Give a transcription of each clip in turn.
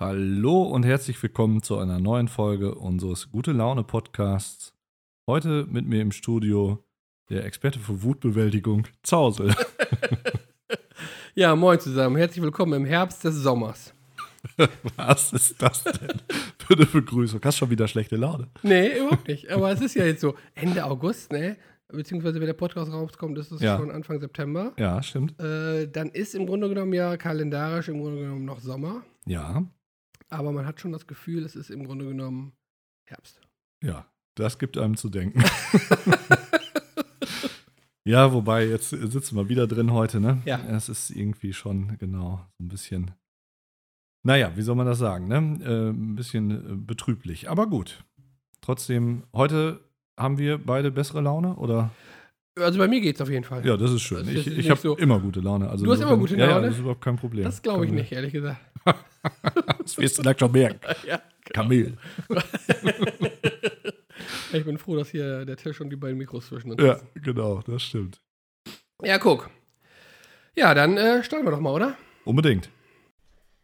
Hallo und herzlich willkommen zu einer neuen Folge unseres Gute Laune Podcasts. Heute mit mir im Studio der Experte für Wutbewältigung, Zausel. Ja, moin zusammen. Herzlich willkommen im Herbst des Sommers. Was ist das denn für eine Begrüßung? Hast schon wieder schlechte Laune. Nee, überhaupt nicht. Aber es ist ja jetzt so Ende August, ne? Beziehungsweise, wenn der Podcast rauskommt, ist es Ja. schon Anfang September. Ja, stimmt. Äh, dann ist im Grunde genommen ja kalendarisch im Grunde genommen noch Sommer. Ja, Aber man hat schon das Gefühl, es ist im Grunde genommen Herbst. ja. Das gibt einem zu denken. ja, wobei, jetzt sitzen wir wieder drin heute, ne? Ja. Es ist irgendwie schon, genau, so ein bisschen. Naja, wie soll man das sagen, ne? Äh, ein bisschen äh, betrüblich. Aber gut. Trotzdem, heute haben wir beide bessere Laune, oder? Also bei mir geht's auf jeden Fall. Ja, das ist schön. Das ist ich jetzt ich nicht habe so- immer gute Laune. Also Du hast immer insofern- gute Ja, ja, Laune? das ist überhaupt kein Problem. Das glaube ich Kann man- nicht, ehrlich gesagt. Das wirst du gleich schon merken. ja, genau. Kamel. ich bin froh, dass hier der Tisch und die beiden Mikros zwischen uns Ja, sitzen. genau, das stimmt. Ja, guck. Ja, dann äh, starten wir doch mal, oder? Unbedingt.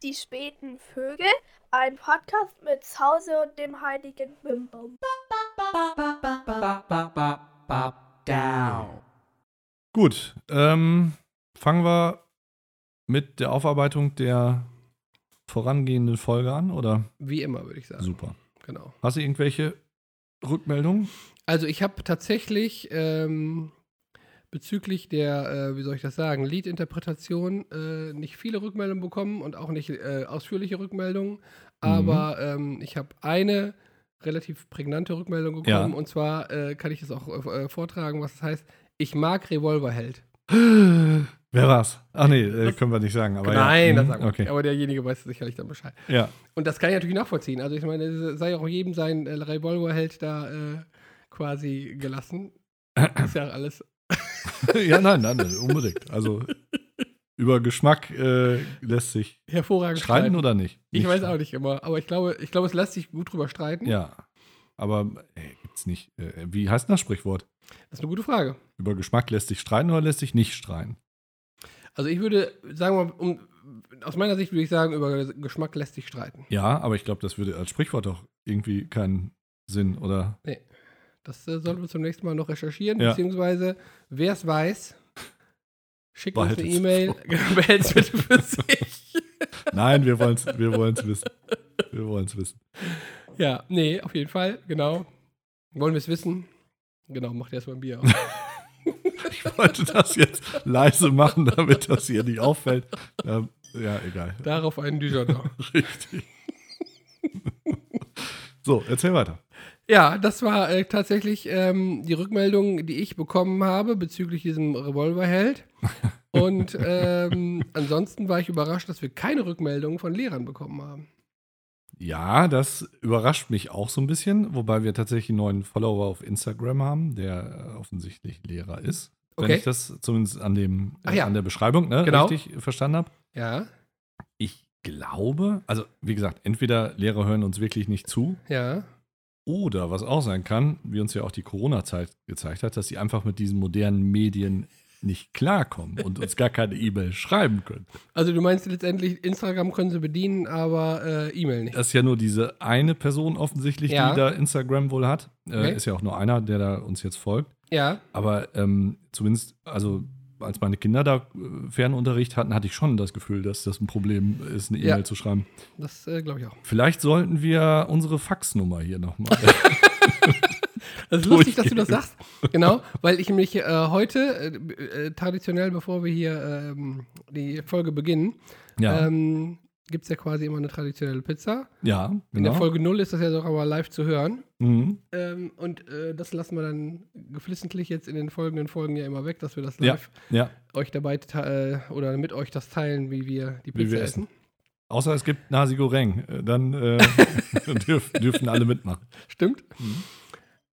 Die späten Vögel, ein Podcast mit Zause und dem heiligen Bimbum. down. Gut, ähm, fangen wir mit der Aufarbeitung der vorangehenden Folge an, oder? Wie immer, würde ich sagen. Super. Genau. Hast du irgendwelche Rückmeldungen? Also ich habe tatsächlich ähm, bezüglich der, äh, wie soll ich das sagen, Liedinterpretation äh, nicht viele Rückmeldungen bekommen und auch nicht äh, ausführliche Mhm. Rückmeldungen, aber ähm, ich habe eine relativ prägnante Rückmeldung Ja. bekommen und zwar äh, kann ich das auch äh, vortragen, was das heißt. Ich mag Revolverheld. Wer war's? Ach nee, äh, Das- können wir nicht sagen. Aber Nein, ja. das Mhm, sagen wir nicht. okay. Aber derjenige weiß sicherlich dann Bescheid. Ja, Und das kann ich natürlich nachvollziehen. Also ich meine, es sei ja auch jedem sein äh, Revolverheld da äh, quasi gelassen. Ist ja alles ja nein, nein, nein, unbedingt. Also über Geschmack äh, lässt sich hervorragend. streiten oder nicht? Ich nicht weiß auch nicht immer, aber ich glaube, ich glaube, es lässt sich gut drüber streiten. Ja, aber ey, gibt's nicht. Äh, wie heißt denn das Sprichwort? Das ist eine gute Frage. Über Geschmack lässt sich streiten oder lässt sich nicht streiten? Also ich würde, sagen wir mal, um, aus meiner Sicht würde ich sagen, über Geschmack lässt sich streiten. Ja, aber ich glaube, das würde als Sprichwort doch irgendwie keinen Sinn, oder? Das äh, sollten wir zum nächsten Mal noch recherchieren, Ja. beziehungsweise, wer es weiß, schickt uns eine Behaltet's E-Mail, behält's bitte für sich. Nein, wir wollen es wir wollen's wissen. Wir wollen es wissen. ja, nee, auf jeden Fall, genau. Wollen wir es wissen? Genau, macht erstmal ein Bier auf. Ich wollte das jetzt leise machen, damit das hier nicht auffällt. Ähm, ja, egal. Darauf einen Dijon. Richtig. So, erzähl weiter. Ja, das war äh, tatsächlich ähm, die Rückmeldung, die ich bekommen habe bezüglich diesem Revolverheld. Und ähm, ansonsten war ich überrascht, dass wir keine Rückmeldungen von Lehrern bekommen haben. Ja, das überrascht mich auch so ein bisschen, wobei wir tatsächlich einen neuen Follower auf Instagram haben, der äh, offensichtlich Lehrer ist. Wenn Okay. ich das zumindest an, dem, Ach äh, ja. an der Beschreibung ne, Genau. richtig verstanden habe. Ja, Ich glaube, also wie gesagt, entweder Lehrer hören uns wirklich nicht zu ja. oder was auch sein kann, wie uns ja auch die Corona-Zeit gezeigt hat, dass sie einfach mit diesen modernen Medien nicht klarkommen und uns gar keine E-Mail schreiben können. Also du meinst letztendlich, Instagram können sie bedienen, aber äh, E-Mail nicht. Das ist ja nur diese eine Person offensichtlich, Ja. die da Instagram wohl hat. Äh, Okay. Ist ja auch nur einer, der da uns jetzt folgt. Ja, Aber ähm, zumindest, also als meine Kinder da äh, Fernunterricht hatten, hatte ich schon das Gefühl, dass das ein Problem ist, eine Ja. E-Mail zu schreiben. das äh, glaube ich auch. Vielleicht sollten wir unsere Faxnummer hier nochmal. Das ist lustig, dass du Durchgehen. das sagst. Genau, weil ich nämlich äh, heute, äh, b- äh, traditionell, bevor wir hier ähm, die Folge beginnen, ja, ähm, gibt es ja quasi immer eine traditionelle Pizza. ja, genau. In der Folge 0 ist das ja sogar mal live zu hören. Mhm. Ähm, und äh, das lassen wir dann geflissentlich jetzt in den folgenden Folgen ja immer weg, dass wir das Ja. live Ja, euch dabei te- äh, oder mit euch das teilen, wie wir die Wie Pizza wir essen. außer es gibt Nasi Goreng. Äh, Dann äh, dürf, dürfen alle mitmachen. Stimmt. Mhm.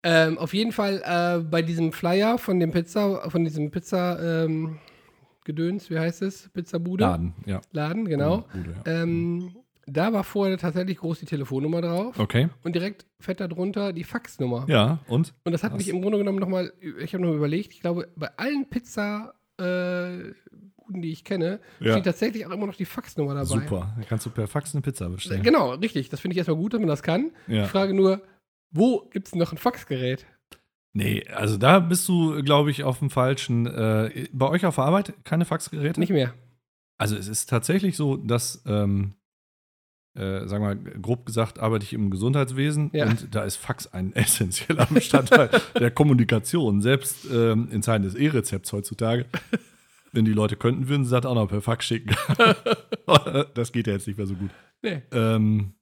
Ähm, auf jeden Fall äh, bei diesem Flyer von dem Pizza, von diesem Pizza ähm, Gedöns, wie heißt es? Pizzabude? Laden, ja. Laden, genau. Bude, ja. Ähm, da war vorher tatsächlich groß die Telefonnummer drauf Okay, und direkt fett darunter die Faxnummer. ja, und? Und das hat Was? mich im Grunde genommen nochmal, ich habe nochmal überlegt, ich glaube, bei allen Pizza, äh, guten, die ich kenne, Ja. steht tatsächlich auch immer noch die Faxnummer dabei. Super. Dann kannst du per Fax eine Pizza Äh, bestellen. Genau, richtig. Das finde ich erstmal gut, dass man das kann. Ja. Ich frage nur, wo gibt es noch ein Faxgerät? Nee, also da bist du, glaube ich, auf dem falschen. Äh, bei euch auf der Arbeit keine Faxgeräte? Nicht mehr. Also es ist tatsächlich so, dass, ähm, äh, sagen wir mal, grob gesagt, arbeite ich im Gesundheitswesen Ja. und da ist Fax ein essentieller Bestandteil der Kommunikation. Selbst ähm, in Zeiten des E-Rezepts heutzutage. Wenn die Leute könnten, würden sie das auch noch per Fax schicken. das geht ja jetzt nicht mehr so gut. Nee. Ähm,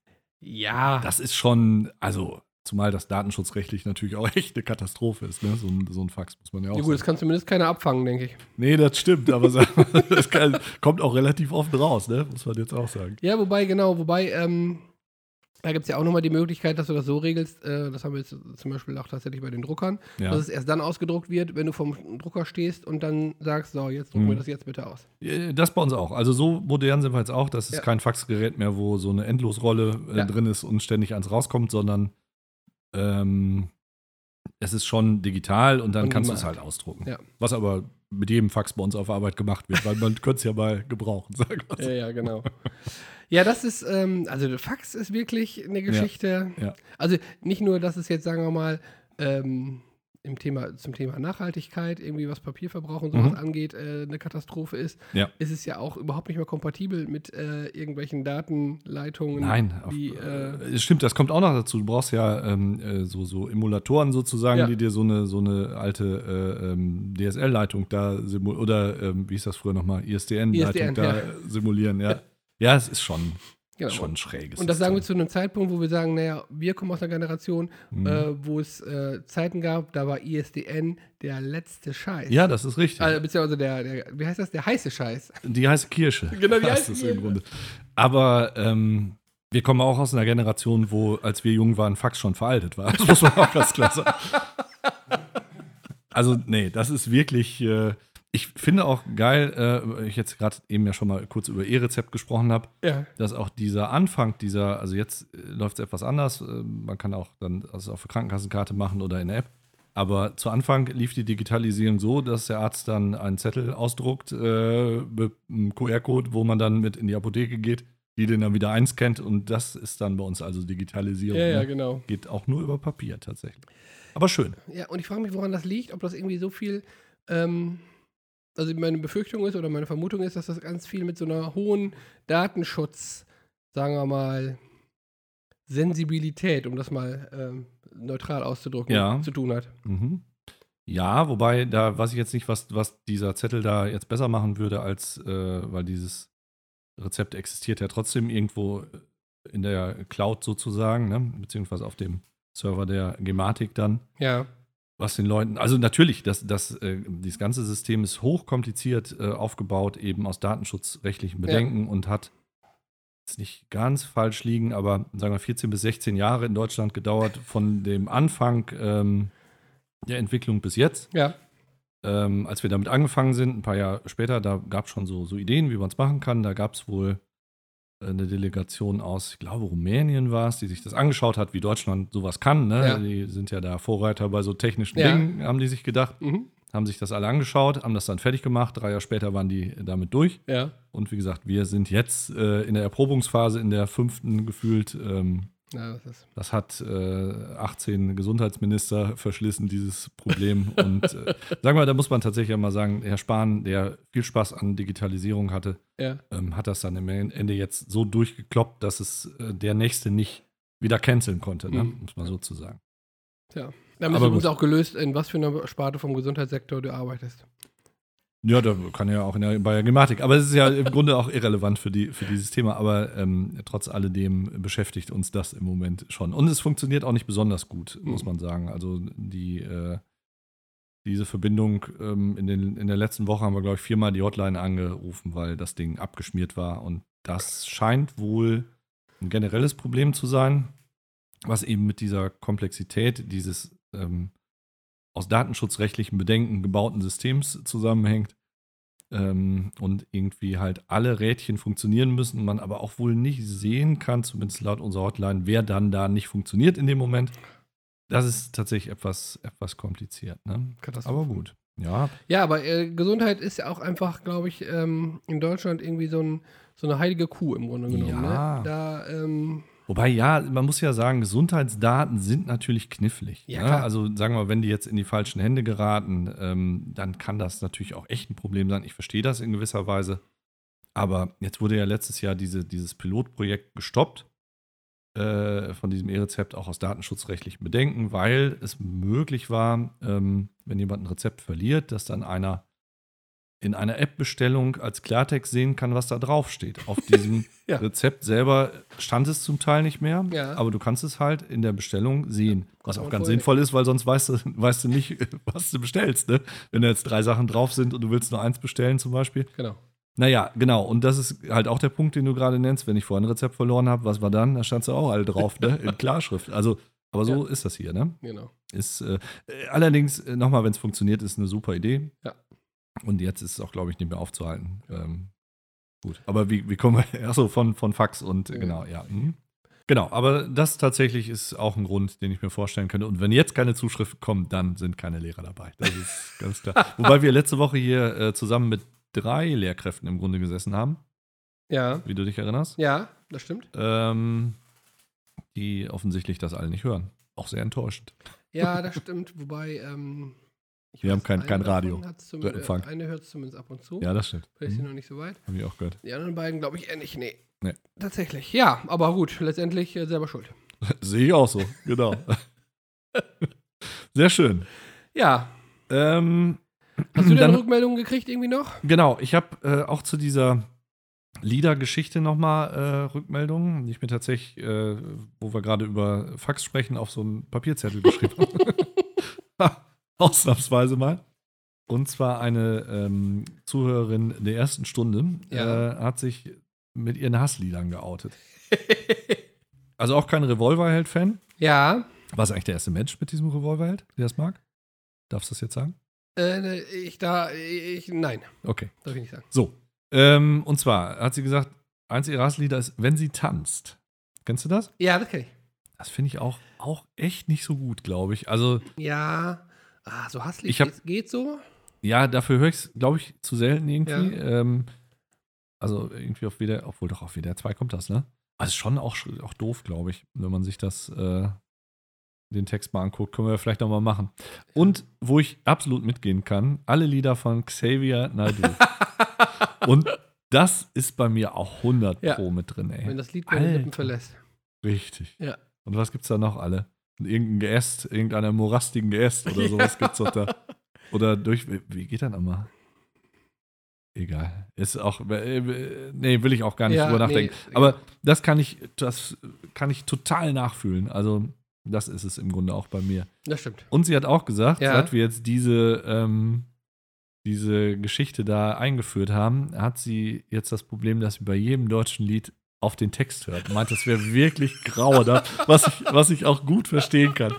Ja. das ist schon, also zumal das datenschutzrechtlich natürlich auch echt eine Katastrophe ist. Ne? So, ein, so ein Fax muss man ja auch ja gut, das kann zumindest keiner abfangen, denke ich. Nee, das stimmt, aber sag mal, das kann, kommt auch relativ oft raus, ne? muss man jetzt auch sagen. Ja, wobei, genau, wobei, ähm, da gibt es ja auch nochmal die Möglichkeit, dass du das so regelst. Äh, das haben wir jetzt zum Beispiel auch tatsächlich bei den Druckern, Ja. dass es erst dann ausgedruckt wird, wenn du vom Drucker stehst und dann sagst, so, jetzt drucken Mhm. wir das jetzt bitte aus. Äh, Das bei uns auch. Also so modern sind wir jetzt auch. Das ist Ja. kein Faxgerät mehr, wo so eine Endlosrolle äh, Ja. drin ist und ständig eins rauskommt, sondern ähm, es ist schon digital und dann On kannst du es demand. halt ausdrucken. Ja. Was aber mit jedem Fax bei uns auf Arbeit gemacht wird, weil man könnte es ja mal gebrauchen, sagen wir Ja, so. ja, genau. Ja, das ist, ähm, also der Fax ist wirklich eine Geschichte. ja. Also nicht nur, dass es jetzt, sagen wir mal, ähm, im Thema, zum Thema Nachhaltigkeit, irgendwie was Papierverbrauch und sowas Mhm. angeht, äh, eine Katastrophe ist, Ja. ist es ja auch überhaupt nicht mehr kompatibel mit äh, irgendwelchen Datenleitungen. Nein, auf, Wie, äh, äh, stimmt, das kommt auch noch dazu. Du brauchst ja ähm, äh, so, so Emulatoren sozusagen, Ja. die dir so eine, so eine alte äh, ähm, DSL-Leitung da simulieren, oder ähm, wie hieß das früher nochmal, ISDN-Leitung ISDN, da ja. äh, simulieren, ja. Ja, es ist schon, genau. schon ein schräges. Und das sagen wir System. zu einem Zeitpunkt, wo wir sagen, naja, wir kommen aus einer Generation, Mhm. äh, wo es äh, Zeiten gab, da war ISDN der letzte Scheiß. Ja, das ist richtig. Also, beziehungsweise der, der, wie heißt das, der heiße Scheiß. Die heiße Kirsche. Genau, die Das heiße ist Kirsche. Im Grunde. Aber ähm, wir kommen auch aus einer Generation, wo, als wir jung waren, Fax schon veraltet war. Das muss man auch ganz klar sagen. Also, nee, das ist wirklich. Äh, ich finde auch geil, äh, weil ich jetzt gerade eben ja schon mal kurz über E-Rezept gesprochen habe, Ja. dass auch dieser Anfang dieser, also jetzt läuft es etwas anders, äh, man kann auch dann das auf der Krankenkassenkarte machen oder in der App. Aber zu Anfang lief die Digitalisierung so, dass der Arzt dann einen Zettel ausdruckt, äh, mit einem QR-Code, wo man dann mit in die Apotheke geht, die den dann wieder einscannt und das ist dann bei uns also Digitalisierung. Ja, ja, ne? genau. Geht auch nur über Papier tatsächlich. Aber schön. Ja, und ich frage mich, woran das liegt, ob das irgendwie so viel, ähm, also meine Befürchtung ist oder meine Vermutung ist, dass das ganz viel mit so einer hohen Datenschutz, sagen wir mal, Sensibilität, um das mal ähm, neutral auszudrücken, Ja. zu tun hat. Mhm. Ja, wobei, da weiß ich jetzt nicht, was, was dieser Zettel da jetzt besser machen würde, als äh, weil dieses Rezept existiert ja trotzdem irgendwo äh, in der Cloud sozusagen, ne? beziehungsweise auf dem Server der Gematik dann. Ja. Was den Leuten, also natürlich, das, das, äh, dieses ganze System ist hochkompliziert äh, aufgebaut, eben aus datenschutzrechtlichen Bedenken und hat jetzt nicht ganz falsch liegen, aber sagen wir 14 bis 16 Jahre in Deutschland gedauert, von dem Anfang ähm, der Entwicklung bis jetzt Ja. ähm, als wir damit angefangen sind, ein paar Jahre später, da gab es schon so, so Ideen, wie man es machen kann. Da gab es wohl äh, eine Delegation aus, ich glaube, Rumänien war es, die sich das angeschaut hat, wie Deutschland sowas kann. Ne? Ja. Die sind ja da Vorreiter bei so technischen Ja. Dingen, haben die sich gedacht, Mhm. haben sich das alle angeschaut, haben das dann fertig gemacht. Drei Jahre später waren die damit durch. Ja. Und wie gesagt, wir sind jetzt äh, in der Erprobungsphase, in der fünften gefühlt. Ähm, ja das ist, das hat äh, 18 Gesundheitsminister verschlissen, dieses Problem. Und äh, sagen wir, da muss man tatsächlich mal sagen, Herr Spahn, der viel Spaß an Digitalisierung hatte, ja. ähm, hat das dann am Ende jetzt so durchgekloppt, dass es äh, der Nächste nicht wieder canceln konnte, ne? Mhm. muss man so zu sagen. Damit Aber ist uns gut. auch gelöst, in was für einer Sparte vom Gesundheitssektor du arbeitest. Ja, da kann ja auch in der, bei der Gematik. Aber es ist ja im Grunde auch irrelevant für, die, für dieses Thema. Aber ähm, trotz alledem beschäftigt uns das im Moment schon. Und es funktioniert auch nicht besonders gut, muss Mhm. man sagen. Also die, äh, diese Verbindung ähm, in, den, in der letzten Woche haben wir, glaube ich, viermal die Hotline angerufen, weil das Ding abgeschmiert war. Und das scheint wohl ein generelles Problem zu sein, was eben mit dieser Komplexität dieses ähm, aus datenschutzrechtlichen Bedenken gebauten Systems zusammenhängt. Ähm, und irgendwie halt alle Rädchen funktionieren müssen, man aber auch wohl nicht sehen kann, zumindest laut unserer Hotline, wer dann da nicht funktioniert in dem Moment. Das ist tatsächlich etwas, etwas kompliziert. Ne? Katastrophe. Aber gut. Ja, Ja, aber äh, Gesundheit ist ja auch einfach, glaube ich, ähm, in Deutschland irgendwie so, ein, so eine heilige Kuh im Grunde genommen. Ja. Ne? Da, ähm, Wobei ja, man muss ja sagen, Gesundheitsdaten sind natürlich knifflig. Ja, ne? klar. Also sagen wir, mal, wenn die jetzt in die falschen Hände geraten, ähm, dann kann das natürlich auch echt ein Problem sein. Ich verstehe das in gewisser Weise. Aber jetzt wurde ja letztes Jahr diese, dieses Pilotprojekt gestoppt äh, von diesem E-Rezept auch aus datenschutzrechtlichen Bedenken, weil es möglich war, ähm, wenn jemand ein Rezept verliert, dass dann einer in einer App-Bestellung als Klartext sehen kann, was da draufsteht. Auf diesem Ja. Rezept selber stand es zum Teil nicht mehr, Ja. aber du kannst es halt in der Bestellung sehen, was Kann auch man ganz vorher- sinnvoll ist, weil sonst weißt du, weißt du nicht, was du bestellst. Ne? Wenn da jetzt drei Sachen drauf sind und du willst nur eins bestellen zum Beispiel. genau. Naja, genau. Und das ist halt auch der Punkt, den du gerade nennst. Wenn ich vorhin ein Rezept verloren habe, was war dann? Da standst du auch alle drauf, ne? In Klarschrift. Also, aber so ist das hier, ne? genau. Ist, äh, äh, allerdings, äh, nochmal, wenn es funktioniert, ist eine super Idee. Ja. Und jetzt ist es auch, glaube ich, nicht mehr aufzuhalten. Ähm, gut. Aber wie, wie kommen wir? Achso, von, von Fax und äh, Ja. genau, ja. Mhm. Genau, aber das tatsächlich ist auch ein Grund, den ich mir vorstellen könnte. Und wenn jetzt keine Zuschriften kommen, dann sind keine Lehrer dabei. Das ist ganz klar. Wobei wir letzte Woche hier äh, zusammen mit drei Lehrkräften im Grunde gesessen haben, Ja, wie du dich erinnerst, ja, das stimmt. ähm, die offensichtlich das alle nicht hören. Auch sehr enttäuschend. Ja, das stimmt. Wobei, ähm, ich Wir weiß, haben kein- eine kein davon Radio. hat's zum- Kein Empfang. Äh, eine hört es zumindest ab und zu. Ja, das stimmt. Vielleicht sind Mhm. Oh. noch nicht so weit. Haben wir auch gehört. Die anderen beiden glaube ich eher nicht. Nee. Nee. Tatsächlich. Ja, aber gut, letztendlich äh, selber schuld. Sehe ich auch so, genau. Sehr schön. Ja. Ähm, Hast du denn Dann- Rückmeldungen gekriegt irgendwie noch? genau, ich habe äh, auch zu dieser Liedergeschichte nochmal äh, Rückmeldungen, die ich mir tatsächlich, äh, wo wir gerade über Fax sprechen, auf so einen Papierzettel geschrieben habe. Ausnahmsweise mal. Und zwar eine ähm, Zuhörerin der ersten Stunde Ja. äh, hat sich mit ihren Hassliedern geoutet. Also auch kein Revolverheld-Fan. ja. War es eigentlich der erste Mensch mit diesem Revolverheld, der das mag? Darfst du das jetzt sagen? Äh, ich da, äh, ich, nein, Okay. darf ich nicht sagen. So. Ähm, und zwar hat sie gesagt, eins ihrer Hasslieder ist Wenn sie tanzt. Kennst du das? Ja, das kenne ich. Das finde ich auch, auch echt nicht so gut, glaube ich. Also, Ja, ah, so hasslich. Ich hab- geht, geht so? ja, dafür höre ich es, glaube ich, zu selten irgendwie. Ähm, also, irgendwie auf WDR, obwohl doch auf WDR 2 kommt das, ne? Also, schon auch, sch- auch doof, glaube ich, wenn man sich das, äh, den Text mal anguckt. Können wir vielleicht nochmal machen. Und wo ich absolut mitgehen kann, alle Lieder von Xavier Naidoo. Und das ist bei mir auch 100 Ja. Pro mit drin, Wenn ey. das Lied meine Alter. Lippen verlässt. Richtig. Ja. Und was gibt's da noch alle? Irgendein Geäst, irgendeiner morastigen Geäst oder sowas gibt's doch da. Oder durch, wie- wie geht dann immer? Egal. Ist auch, äh, äh, nee, will ich auch gar nicht Ja, drüber nachdenken. nee, Aber das kann ich, das kann ich total nachfühlen. Also, das ist es im Grunde auch bei mir. Das stimmt. Und sie hat auch gesagt, Ja. seit wir jetzt diese, ähm, diese Geschichte da eingeführt haben, hat sie jetzt das Problem, dass sie bei jedem deutschen Lied auf den Text hört. Meint, das wäre wirklich grau, da, was, ich, was ich auch gut verstehen kann.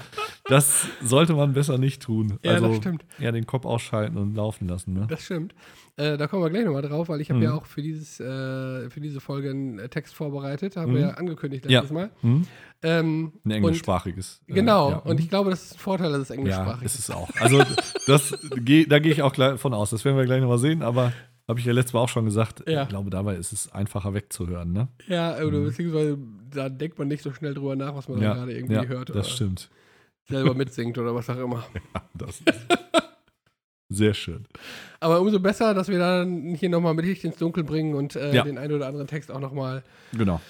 Das sollte man besser nicht tun. Ja, also das stimmt. eher den Kopf ausschalten und laufen lassen. Ne? Das stimmt. Äh, da kommen wir gleich nochmal drauf, weil ich habe Mhm. ja auch für, dieses, äh, für diese Folge einen äh, Text vorbereitet. Haben wir Mhm. ja angekündigt Ja. letztes Mal. Hm? Ähm, Ein englischsprachiges. Und, genau. äh, ja. Und ich glaube, das ist ein Vorteil, dass es ja, englischsprachig ist ist. es auch. Also das, geh- da gehe ich auch gleich von aus. Das werden wir gleich nochmal sehen, aber habe ich ja letztes Mal auch schon gesagt, Ja. ich glaube, dabei ist es einfacher wegzuhören. Ne? Ja, oder Mhm. beziehungsweise da denkt man nicht so schnell drüber nach, was man da gerade irgendwie ja, hört oder Das stimmt. selber mitsingt oder was auch immer. Das ist sehr schön. Aber umso besser, dass wir dann hier nochmal mit Licht ins Dunkel bringen und äh, Ja. den einen oder anderen Text auch nochmal Genau.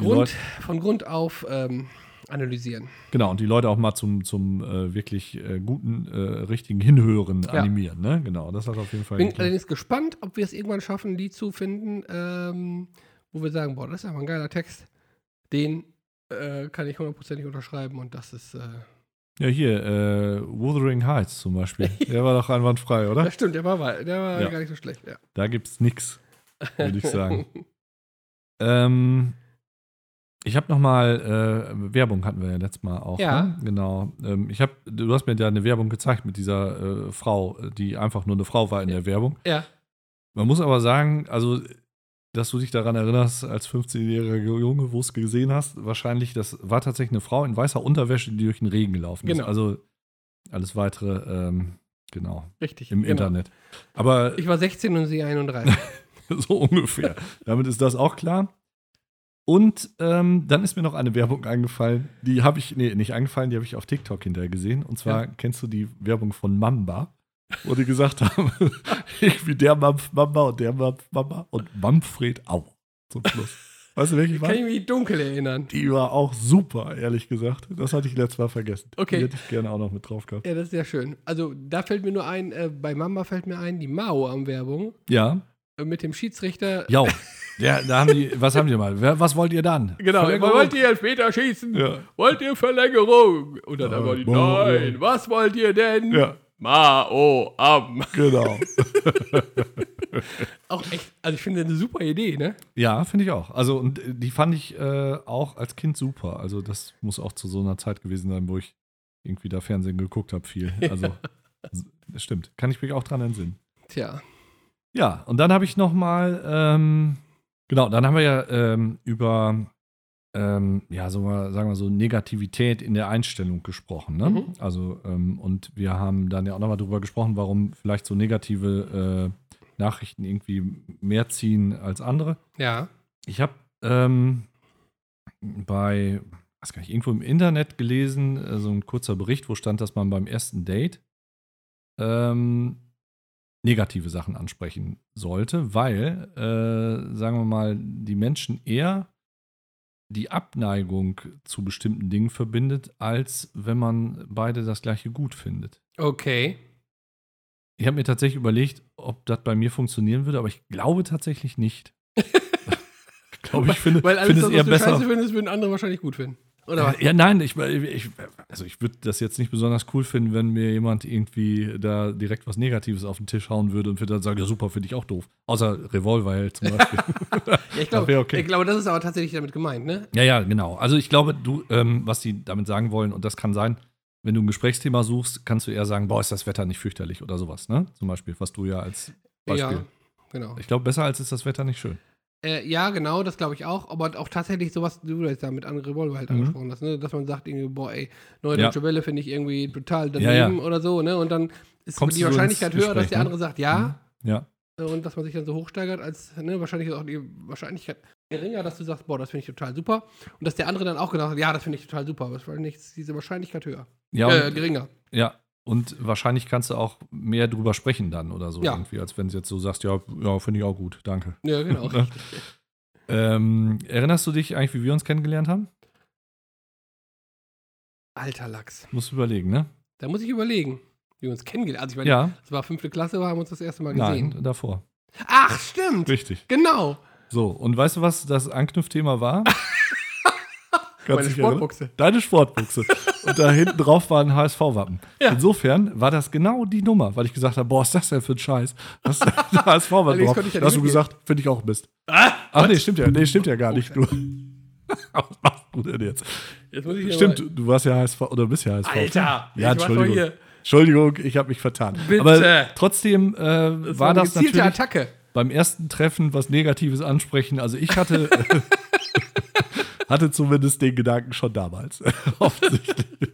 Die Grund, Leute, von Grund auf ähm, analysieren. genau, und die Leute auch mal zum, zum äh, wirklich äh, guten, äh, richtigen Hinhören animieren. Ne? Genau, das hat auf jeden Fall Bin geklappt. allerdings gespannt, ob wir es irgendwann schaffen, die zu finden, ähm, wo wir sagen, boah, das ist aber ein geiler Text. Den äh, kann ich hundertprozentig unterschreiben und das ist. Äh, Ja, hier, äh, Wuthering Heights zum Beispiel. Der war doch einwandfrei, oder? das stimmt, der war, wei- der war Ja. gar nicht so schlecht. Ja. Da gibt's nix, würde ich sagen. ähm, ich habe nochmal, äh, Werbung hatten wir ja letztes Mal auch. Ja. Ne? Genau. Ähm, ich hab, du hast mir da eine Werbung gezeigt mit dieser äh, Frau, die einfach nur eine Frau war in der Werbung. ja, Man muss aber sagen, also, dass du dich daran erinnerst, als 15-jähriger Junge, wo es gesehen hast, wahrscheinlich, das war tatsächlich eine Frau in weißer Unterwäsche, die durch den Regen gelaufen Genau. ist. Also, alles weitere ähm, Genau, Richtig. im genau. Internet. Aber Ich war 16 und sie 31. so ungefähr. Damit ist das auch klar. Und ähm, dann ist mir noch eine Werbung eingefallen. Die habe ich, nee, nicht eingefallen, die habe ich auf TikTok hinterher gesehen. Und zwar kennst du die Werbung von Mamba, wo die gesagt haben, irgendwie der Mampf Mamba und der Mampf Mamba und Manfred Au. Zum Schluss. Weißt du, welche war? Kann ich mich dunkel erinnern. Die war auch super, ehrlich gesagt. Das hatte ich letztes Mal vergessen. Okay. Die hätte ich gerne auch noch mit drauf gehabt. Ja, das ist ja schön. Also da fällt mir nur ein, äh, bei Mama fällt mir ein, die Mao am Werbung Ja. äh, mit dem Schiedsrichter. Ja. ja da haben die, was haben die mal? Wer- Was wollt ihr dann? Genau, Verlängerung? wollt ihr später schießen? Ja. Wollt ihr Verlängerung? Und dann Ja, aber die, Mao. nein, was wollt ihr denn? Ja, Mao am. genau. Auch echt, also ich finde eine super Idee, ne? Ja, finde ich auch. Also, und äh, die fand ich äh, auch als Kind super. Also, das muss auch zu so einer Zeit gewesen sein, wo ich irgendwie da Fernsehen geguckt habe, viel. Also, s- stimmt. Kann ich mich auch dran entsinnen. Tja, Ja, und dann habe ich nochmal, ähm, genau, dann haben wir ja ähm, über, ähm, ja, so mal, sagen wir so, Negativität in der Einstellung gesprochen. Ne? Mhm. Also, ähm, und wir haben dann ja auch nochmal drüber gesprochen, warum vielleicht so negative äh, Nachrichten irgendwie mehr ziehen als andere. ja. Ich habe ähm, bei, was kann ich, irgendwo im Internet gelesen, äh, so ein kurzer Bericht, wo stand, dass man beim ersten Date ähm, negative Sachen ansprechen sollte, weil, äh, sagen wir mal, die Menschen eher die Abneigung zu bestimmten Dingen verbindet, als wenn man beide das gleiche gut findet. Okay. Ich habe mir tatsächlich überlegt, ob das bei mir funktionieren würde, aber ich glaube tatsächlich nicht. ich glaube, ich finde, Weil alles, finde es das, eher was du besser. scheiße findest, würden andere wahrscheinlich gut finden. Oder was? Ja, nein, ich, ich, also ich würde das jetzt nicht besonders cool finden, wenn mir jemand irgendwie da direkt was Negatives auf den Tisch hauen würde und würde dann sagen, ja super, finde ich auch doof. Außer Revolverheld zum Beispiel. Ja, ich Das wär glaube, okay. ich glaube, das ist aber tatsächlich damit gemeint, ne? ja, ja, genau. Also ich glaube, du, ähm, was die damit sagen wollen, und das kann sein, wenn du ein Gesprächsthema suchst, kannst du eher sagen, boah, ist das Wetter nicht fürchterlich oder sowas, ne? Zum Beispiel, was du ja als Beispiel. Ja, genau. Ich glaube, besser als ist das Wetter nicht schön. Äh, ja, genau, das glaube ich auch. Aber auch tatsächlich sowas, du jetzt da mit Anne Revolver halt Mhm. angesprochen hast, ne? dass man sagt, irgendwie, boah, ey, neue Ja. deutsche Welle finde ich irgendwie total Ja, daneben ja. oder so, ne? Und dann ist Kommst die du so ins Wahrscheinlichkeit höher, Gespräch, dass der ne? Mhm. andere sagt ja Ja. äh, und dass man sich dann so hochsteigert, als ne? wahrscheinlich ist auch die Wahrscheinlichkeit geringer, dass du sagst, boah, das finde ich total super. Und dass der andere dann auch genau sagt, ja, das finde ich total super. Aber es war nichts, diese Wahrscheinlichkeit höher. Ja, äh, und, geringer. ja. Und wahrscheinlich kannst du auch mehr drüber sprechen dann oder so Ja. irgendwie, als wenn du jetzt so sagst, ja, ja finde ich auch gut, danke. Ja, genau. richtig. Ähm, erinnerst du dich eigentlich, wie wir uns kennengelernt haben? Alter Lachs. Musst du überlegen, ne? Da muss ich überlegen, wie wir uns kennengelernt Also ich meine, Ja, das war fünfte Klasse, wir haben uns das erste Mal gesehen. nein, davor. Ach, stimmt. Richtig. Genau. So, und weißt du, was das Anknüpfthema war? ne? Kannst Meine dich erinnern? Sportbuchse. Deine Sportbuchse. Und da hinten drauf war ein HSV-Wappen. Ja. Insofern war das genau die Nummer, weil ich gesagt habe: Boah, ist das denn für ein Scheiß? Was ist denn der HSV-Wappen? Allerdings drauf? konnte ich ja Da hast du nicht mitgehen. Ah, gesagt, finde ich auch Mist. Ach nee, stimmt ja. Nee, stimmt ja gar nicht. Du, was machst du denn jetzt? Jetzt muss ich hier Stimmt, mal- du- du warst ja HSV oder bist ja HSV. Alter, Ja, ich war Entschuldigung. voll hier. Entschuldigung, ich habe mich vertan. Bitte. Aber trotzdem äh, Das war eine das gezielte natürlich Attacke. beim ersten Treffen was Negatives ansprechen. Also ich hatte, hatte zumindest den Gedanken schon damals. Offensichtlich.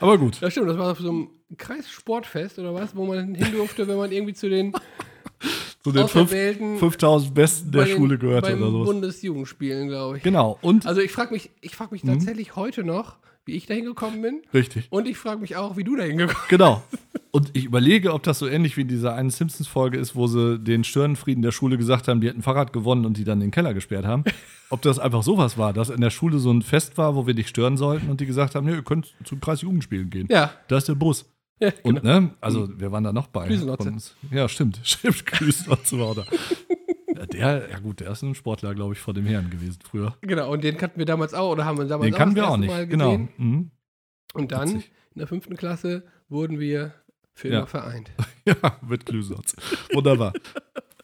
Aber gut. Das stimmt, das war auf so einem Kreissportfest oder was, wo man hin durfte, wenn man irgendwie zu den Zu den fünf- Auserwählten 5000 Besten der bei den- Schule gehört beim oder sowas. Bundesjugendspielen, glaube ich. Genau. Mhm. Und Also ich frage mich, ich frage mich tatsächlich heute noch, wie ich da hingekommen bin. richtig. Und ich frage mich auch, wie du da hingekommen Genau. Und ich überlege, ob das so ähnlich wie in dieser einen Simpsons-Folge ist, wo sie den Störenfrieden der Schule gesagt haben, die hätten Fahrrad gewonnen und die dann in den Keller gesperrt haben. Ob das einfach sowas war, dass in der Schule so ein Fest war, wo wir dich stören sollten und die gesagt haben, nee, ihr könnt zum Kreis Jugendspielen gehen. Ja. Da ist der Bus. Ja, genau. Und, ne, also, Mhm. wir waren da noch bei. Grüßenotze. Von uns. Ja, stimmt. Stimmt, Grüßenotze war da. Ja, der, ja gut, der ist ein Sportler, glaube ich, vor dem Herrn gewesen früher. Genau, und den kannten wir damals auch oder haben wir damals Den auch kannten das wir auch erste nicht. Mal genau. gesehen. Mhm. Und dann Witzig. in der fünften Klasse wurden wir für Ja. immer vereint. Ja, mit Glühsatz. Wunderbar.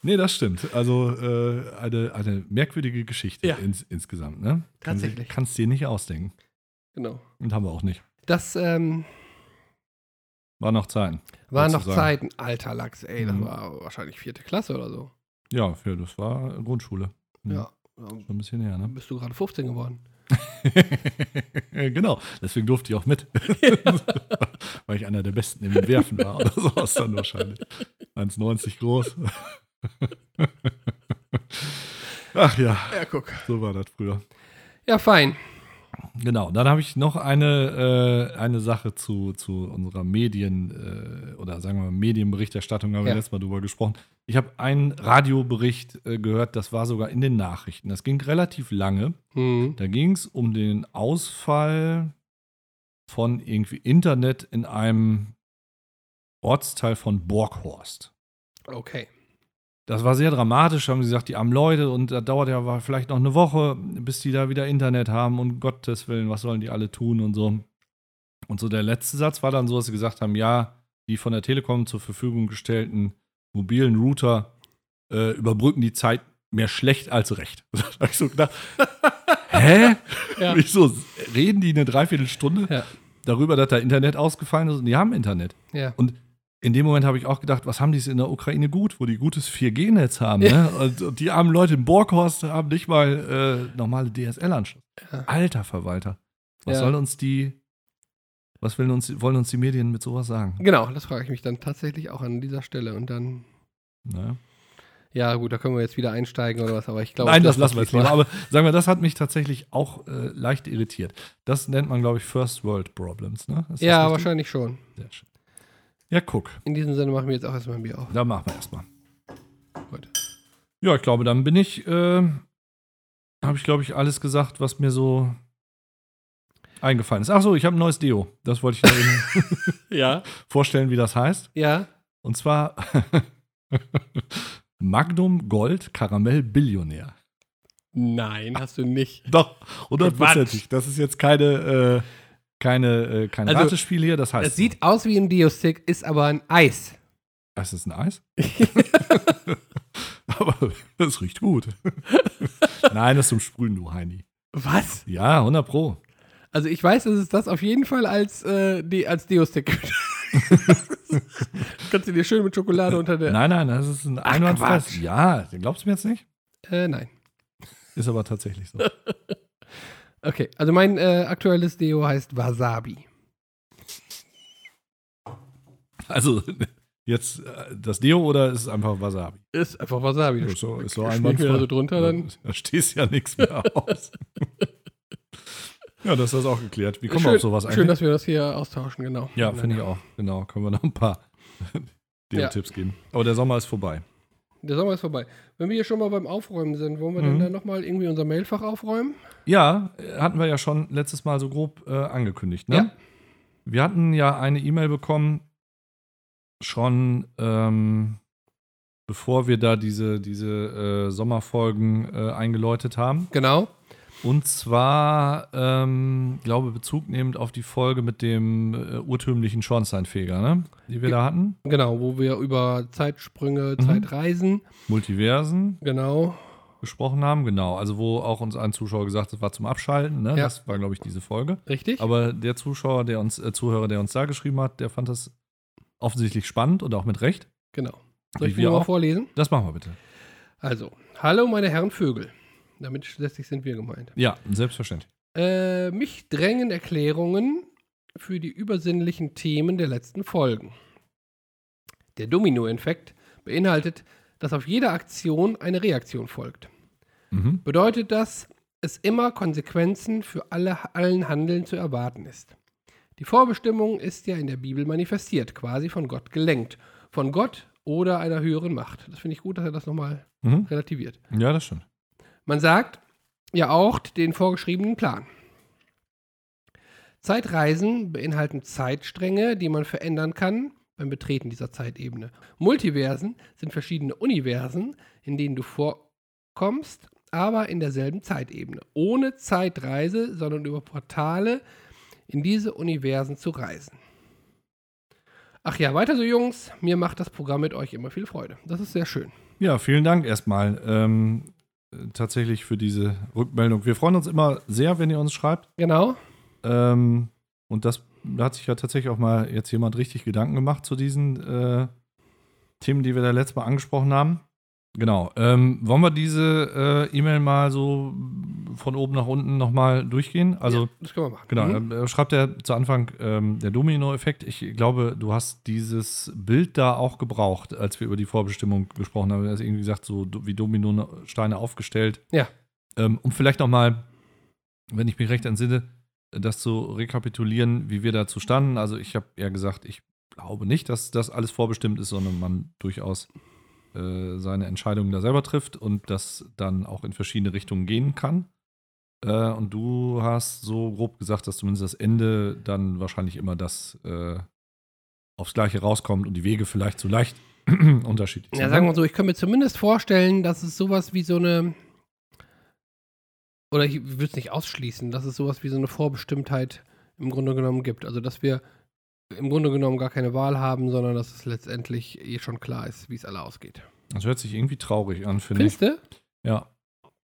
Nee, das stimmt. Also äh, eine, eine merkwürdige Geschichte Ja. ins, insgesamt. Ne? Kann- Tatsächlich. Kannst dir nicht ausdenken. Genau. Und haben wir auch nicht. Das ähm, War noch Zeiten. waren noch Sozusagen. Zeiten, alter Lachs, ey, das Mhm. war wahrscheinlich vierte Klasse oder so. Ja, für, das war Grundschule. Mhm. Ja. Schon ein bisschen her, ne? Dann bist du gerade 15 geworden. genau, deswegen durfte ich auch mit. Weil ich einer der Besten im Werfen war oder sowas dann wahrscheinlich. 1,90 groß. Ach ja, Ja, guck. so war das früher. Ja, fein. Genau, dann habe ich noch eine, äh, eine Sache zu, zu unserer Medien- äh, oder sagen wir mal Medienberichterstattung, haben wir Ja. letztes Mal drüber gesprochen. Ich habe einen Radiobericht äh, gehört, das war sogar in den Nachrichten. Das ging relativ lange. Hm. Da ging es um den Ausfall von irgendwie Internet in einem Ortsteil von Borghorst. Okay. Das war sehr dramatisch, haben sie gesagt, die armen Leute und das dauert ja wa- vielleicht noch eine Woche, bis die da wieder Internet haben und Gottes Willen, was sollen die alle tun und so. Und so der letzte Satz war dann so, dass sie gesagt haben, ja, die von der Telekom zur Verfügung gestellten mobilen Router äh, überbrücken die Zeit mehr schlecht als recht. Da hab ich so gedacht, hä? Ja. Wieso reden die eine Dreiviertelstunde Ja. darüber, dass da Internet ausgefallen ist und die haben Internet? Ja. in dem Moment habe ich auch gedacht, was haben die es in der Ukraine gut, wo die gutes 4G-Netz haben, ne? Und, und die armen Leute in Borghorst haben nicht mal äh, normale DSL-Anschluss. Ja. Alter Verwalter. Was Ja. soll uns die, was wollen uns, wollen uns die Medien mit sowas sagen? Genau, das frage ich mich dann tatsächlich auch an dieser Stelle. Und dann, Ne? ja gut, da können wir jetzt wieder einsteigen oder was, aber ich glaube. Nein, das lassen wir jetzt mal. lieber. Aber sagen wir, das hat mich tatsächlich auch äh, leicht irritiert. Das nennt man, glaube ich, First World Problems, ne? Ist das Ja, richtig? wahrscheinlich schon. Sehr schön. Ja, guck, In diesem Sinne machen wir jetzt auch erstmal ein Bier auf. da machen wir erstmal. Gut. Ja, ich glaube, dann bin ich, äh, habe ich, glaube ich, alles gesagt, was mir so eingefallen ist. Ach so, ich habe ein neues Deo. Das wollte ich noch eben Ja. vorstellen, wie das heißt. Ja. Und zwar Magnum Gold Karamell Billionär. Nein, hast du nicht. Doch, hundertprozentig. Das ist jetzt keine, äh, keine, äh, kein Also, Ratespiel hier. Das heißt, Das sieht aus wie ein Dio-Stick, ist aber ein Eis. das ist ein Eis. Aber das riecht gut. Nein, das ist zum Sprühen, du Heini. Was? Ja, 100 Pro. Also ich weiß, dass es das auf jeden Fall als, äh, die, als Deo-Stick gibt. Kannst du dir schön mit Schokolade unter der. Nein, nein, das ist ein Ach, einwandfreies. Quatsch. Ja, glaubst du mir jetzt nicht? Äh, nein. Ist aber tatsächlich so. Okay, also mein äh, aktuelles Deo heißt Wasabi. Also jetzt äh, das Deo oder ist es einfach Wasabi? Ist einfach Wasabi. Ist so, ist so Schmiert einwandfrei. mir da so drunter dann. Da stehst ja nichts mehr aus. ja, das ist auch geklärt. Wie kommen wir schön, auf sowas Schön, eigentlich? dass wir das hier austauschen, genau. Ja, finde ich auch. Genau, können wir noch ein paar Deo-Tipps geben. Aber der Sommer ist vorbei. Der Sommer ist vorbei. Wenn wir hier schon mal beim Aufräumen sind, wollen wir Mhm. denn dann nochmal irgendwie unser Mailfach aufräumen? Ja, äh, hatten wir ja schon letztes Mal so grob äh, angekündigt, ne? Ja. Wir hatten ja eine E-Mail bekommen, schon ähm, bevor wir da diese, diese äh, Sommerfolgen äh, eingeläutet haben. Genau. Und zwar, ähm, glaube Bezug nehmend auf die Folge mit dem äh, urtümlichen Schornsteinfeger, ne? Die wir Ge- da hatten. Genau, wo wir über Zeitsprünge, Mhm. Zeitreisen, Multiversen genau. gesprochen haben, genau. Also, wo auch uns ein Zuschauer gesagt hat, das war zum Abschalten, ne? Ja. Das war, glaube ich, diese Folge. Richtig? Aber der Zuschauer, der uns, äh, Zuhörer, der uns da geschrieben hat, der fand das offensichtlich spannend und auch mit Recht. genau. Soll ich wir mir mal auch. vorlesen? Das machen wir bitte. Also, hallo meine Herren Vögel. Damit letztlich sind wir gemeint. Ja, selbstverständlich. Äh, mich drängen Erklärungen für die übersinnlichen Themen der letzten Folgen. Der Domino-Effekt beinhaltet, dass auf jede Aktion eine Reaktion folgt. Mhm. Bedeutet das, es immer Konsequenzen für alle, allen Handeln zu erwarten ist. Die Vorbestimmung ist ja in der Bibel manifestiert, quasi von Gott gelenkt. Von Gott oder einer höheren Macht. Das finde ich gut, dass er das nochmal Mhm. relativiert. Ja, das stimmt. Man sagt ja auch den vorgeschriebenen Plan. Zeitreisen beinhalten Zeitstränge, die man verändern kann beim Betreten dieser Zeitebene. Multiversen sind verschiedene Universen, in denen du vorkommst, aber in derselben Zeitebene. Ohne Zeitreise, sondern über Portale in diese Universen zu reisen. Ach ja, weiter so Jungs, mir macht das Programm mit euch immer viel Freude. Das ist sehr schön. Ja, vielen Dank erstmal ähm, äh, tatsächlich für diese Rückmeldung. Wir freuen uns immer sehr, wenn ihr uns schreibt. Genau. Ähm, und das da hat sich ja tatsächlich auch mal jetzt jemand richtig Gedanken gemacht zu diesen äh, Themen, die wir da letztes Mal angesprochen haben. Genau. Ähm, wollen wir diese äh, E-Mail mal so von oben nach unten nochmal durchgehen? Also, Das können wir machen. genau, Mhm. da schreibt er zu Anfang ähm, der Domino-Effekt. Ich glaube, du hast dieses Bild da auch gebraucht, als wir über die Vorbestimmung gesprochen haben. Er ist irgendwie gesagt, so do- wie Dominosteine aufgestellt. Ja. Ähm, um vielleicht nochmal, wenn ich mich recht entsinne, das zu rekapitulieren, wie wir dazu standen. Also, ich habe ja gesagt, ich glaube nicht, dass das alles vorbestimmt ist, sondern man durchaus äh, seine Entscheidungen da selber trifft und das dann auch in verschiedene Richtungen gehen kann. Äh, und du hast so grob gesagt, dass zumindest das Ende dann wahrscheinlich immer das äh, aufs Gleiche rauskommt und die Wege vielleicht so leicht unterschiedlich ne? Ja, sagen wir mal so, ich kann mir zumindest vorstellen, dass es sowas wie so eine. Oder ich würde es nicht ausschließen, dass es sowas wie so eine Vorbestimmtheit im Grunde genommen gibt. Also, dass wir im Grunde genommen gar keine Wahl haben, sondern dass es letztendlich eh schon klar ist, wie es alle ausgeht. Das hört sich irgendwie traurig an, finde ich. Findest du? Ja.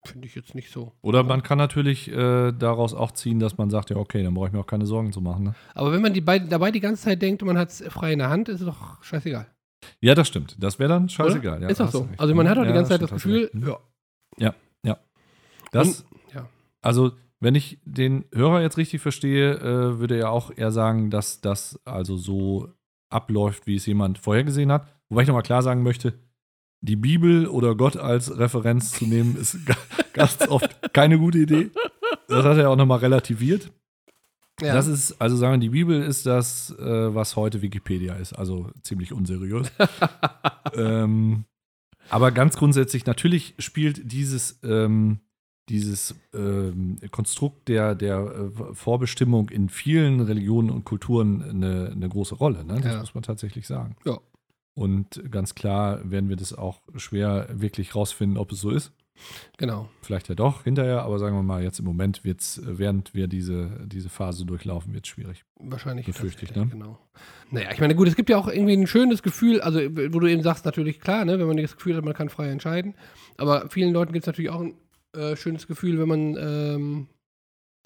Finde ich jetzt nicht so. Oder man kann natürlich äh, daraus auch ziehen, dass man sagt, ja, okay, dann brauche ich mir auch keine Sorgen zu machen. Ne? Aber wenn man die beid dabei die ganze Zeit denkt, man hat es frei in der Hand, ist es doch scheißegal. Ja, das stimmt. Das wäre dann oder? scheißegal. Ja, ist doch hast du so. recht. Also, man hat doch Ja, die ganze Zeit stimmt, das hast du Gefühl, recht. ja, Das, ja. Also, wenn ich den Hörer jetzt richtig verstehe, äh, würde er auch eher sagen, dass das also so abläuft, wie es jemand vorhergesehen hat. Wobei ich nochmal klar sagen möchte, die Bibel oder Gott als Referenz zu nehmen, ist ga- ganz oft keine gute Idee. Das hat er auch nochmal relativiert. ja. Das ist, also sagen wir, die Bibel ist das, äh, was heute Wikipedia ist, also ziemlich unseriös. ähm, aber ganz grundsätzlich, natürlich spielt dieses, ähm, dieses ähm, Konstrukt der, der äh, Vorbestimmung in vielen Religionen und Kulturen eine, eine große Rolle. Ne? Das Ja. muss man tatsächlich sagen. Ja. Und ganz klar werden wir das auch schwer wirklich rausfinden, ob es so ist. genau. Vielleicht ja doch hinterher, aber sagen wir mal, jetzt im Moment wird es, während wir diese, diese Phase durchlaufen, wird es schwierig. Wahrscheinlich. Befürchte ich, tatsächlich, ne? Genau. Naja, ich meine, gut, es gibt ja auch irgendwie ein schönes Gefühl, also wo du eben sagst, natürlich klar, ne, wenn man das Gefühl hat, man kann frei entscheiden. Aber vielen Leuten gibt es natürlich auch ein äh, schönes Gefühl, wenn man, ähm,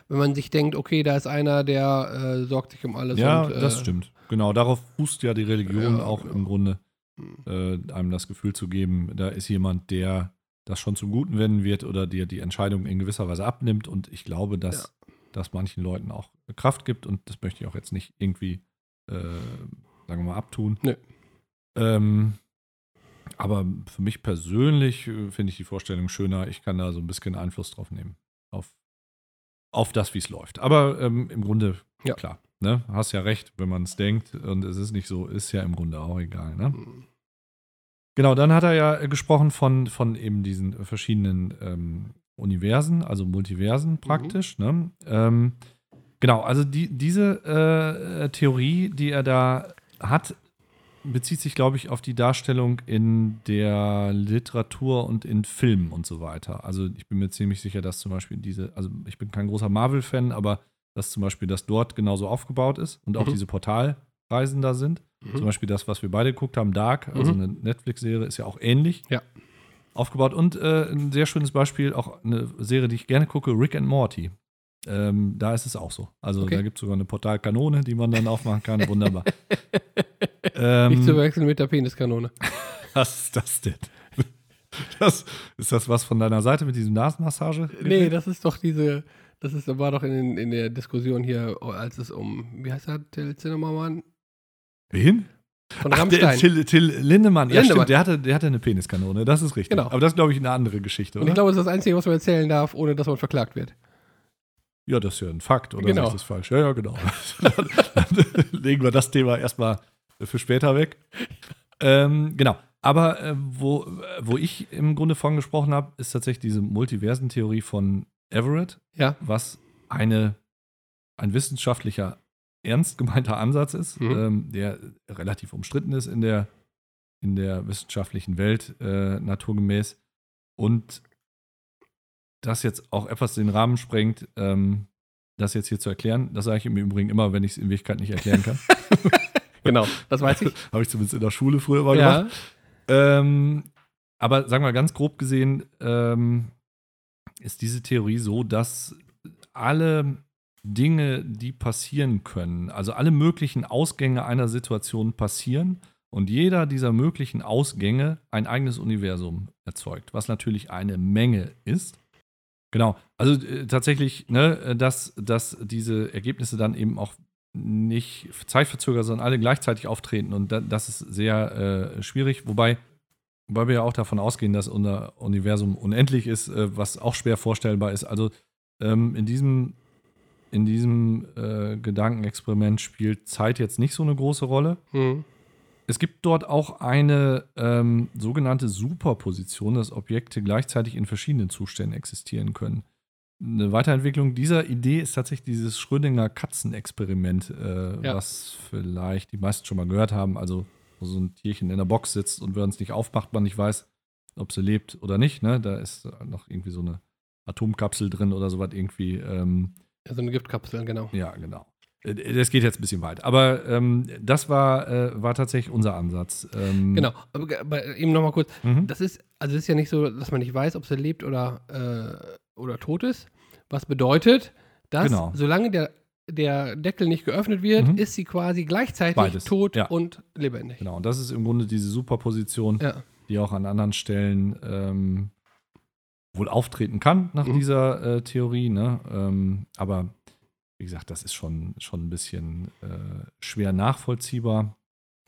wenn man sich denkt, okay, da ist einer, der äh, sorgt sich um alles. ja, und, äh, das stimmt. Genau, darauf fußt ja die Religion Ja, auch genau. im Grunde, Hm. äh, einem das Gefühl zu geben, da ist jemand, der das schon zum Guten wenden wird oder dir die Entscheidung in gewisser Weise abnimmt. Und ich glaube, dass das manchen Leuten auch Kraft gibt und das möchte ich auch jetzt nicht irgendwie, äh, sagen wir mal, abtun. Nö. Ähm, aber für mich persönlich äh, finde ich die Vorstellung schöner. Ich kann da so ein bisschen Einfluss drauf nehmen. Auf, auf das, wie es läuft. Aber ähm, im Grunde, Ja. klar. Ne? Hast ja recht, wenn man es denkt und es ist nicht so, ist ja im Grunde auch egal. Ne? Hm. Genau, dann hat er ja äh, gesprochen von, von eben diesen verschiedenen ähm, Universen, also Multiversen praktisch. Ne? Ähm, genau, also die, diese äh, äh, Theorie, die er da hat, bezieht sich, glaube ich, auf die Darstellung in der Literatur und in Filmen und so weiter. Also ich bin mir ziemlich sicher, dass zum Beispiel diese, also ich bin kein großer Marvel-Fan, aber dass zum Beispiel das dort genauso aufgebaut ist und auch Mhm. diese Portalreisen da sind. Zum Beispiel das, was wir beide geguckt haben, Dark, also Mhm. eine Netflix-Serie, ist ja auch ähnlich Ja. aufgebaut. Und äh, ein sehr schönes Beispiel, auch eine Serie, die ich gerne gucke, Rick and Morty. Ähm, da ist es auch so. Also Okay. da gibt es sogar eine Portalkanone, die man dann aufmachen kann. Wunderbar. Nicht zu ähm, Äh, verwechseln mit der Peniskanone. was ist das denn? Das, ist das was von deiner Seite mit diesem Nasenmassage? Nee, das ist doch diese, das ist, war doch in, den- in der Diskussion hier, als es um, wie heißt er, Till Zinnermann? Wen? Von Ach, der, Rammstein. Till, Till Lindemann. Ja, Lindemann. stimmt, der hatte, der hatte eine Peniskanone. Das ist richtig. Genau. Aber das ist, glaube ich, eine andere Geschichte, Und ich oder? glaube, das ist das Einzige, was man erzählen darf, ohne dass man verklagt wird. Ja, das ist ja ein Fakt, oder? Genau. Ist das falsch? Ja, ja, genau. dann, legen wir das Thema erstmal für später weg. Ähm, genau. Aber äh, wo, wo ich im Grunde von gesprochen habe, ist tatsächlich diese Multiversentheorie von Everett, Ja. was eine, ein wissenschaftlicher, ernst gemeinter Ansatz ist, Mhm. ähm, der relativ umstritten ist in der, in der wissenschaftlichen Welt, äh, naturgemäß. Und das jetzt auch etwas den Rahmen sprengt, ähm, das jetzt hier zu erklären. Das sage ich im Übrigen immer, wenn ich es in Wirklichkeit nicht erklären kann. Genau, das weiß ich. Habe ich zumindest in der Schule früher mal gemacht. ja. Ähm, aber sagen wir mal, ganz grob gesehen, ähm, ist diese Theorie so, dass alle Dinge, die passieren können, also alle möglichen Ausgänge einer Situation passieren und jeder dieser möglichen Ausgänge ein eigenes Universum erzeugt, was natürlich eine Menge ist. Genau, also äh, tatsächlich, ne, äh, dass, dass diese Ergebnisse dann eben auch nicht zeitverzögert, sondern alle gleichzeitig auftreten und da, das ist sehr äh, schwierig, wobei, wobei wir ja auch davon ausgehen, dass unser Universum unendlich ist, äh, was auch schwer vorstellbar ist. Also ähm, in diesem, in diesem äh, Gedankenexperiment spielt Zeit jetzt nicht so eine große Rolle. Hm. Es gibt dort auch eine ähm, sogenannte Superposition, dass Objekte gleichzeitig in verschiedenen Zuständen existieren können. Eine Weiterentwicklung dieser Idee ist tatsächlich dieses Schrödinger Katzenexperiment, äh, Ja. was vielleicht die meisten schon mal gehört haben. Also wo so ein Tierchen in der Box sitzt und wenn es nicht aufmacht, man nicht weiß, ob sie lebt oder nicht. Ne? Da ist noch irgendwie so eine Atomkapsel drin oder sowas irgendwie. Ähm, Ja, so eine Giftkapsel, genau. ja, genau. Äh, Das geht jetzt ein bisschen weit. Aber ähm, das war, äh, war tatsächlich unser Ansatz. Ähm, Genau. Aber, ge- aber eben nochmal kurz. Mhm. Das ist, also es ist ja nicht so, dass man nicht weiß, ob sie lebt oder, äh, oder tot ist. Was bedeutet, dass Genau. solange der, der Deckel nicht geöffnet wird, Mhm. ist sie quasi gleichzeitig Beides, tot ja. und lebendig. genau. Und das ist im Grunde diese Superposition, Ja. die auch an anderen Stellen ähm, wohl auftreten kann, nach Mhm. dieser äh, Theorie. Ne? Ähm, aber wie gesagt, das ist schon, schon ein bisschen äh, schwer nachvollziehbar.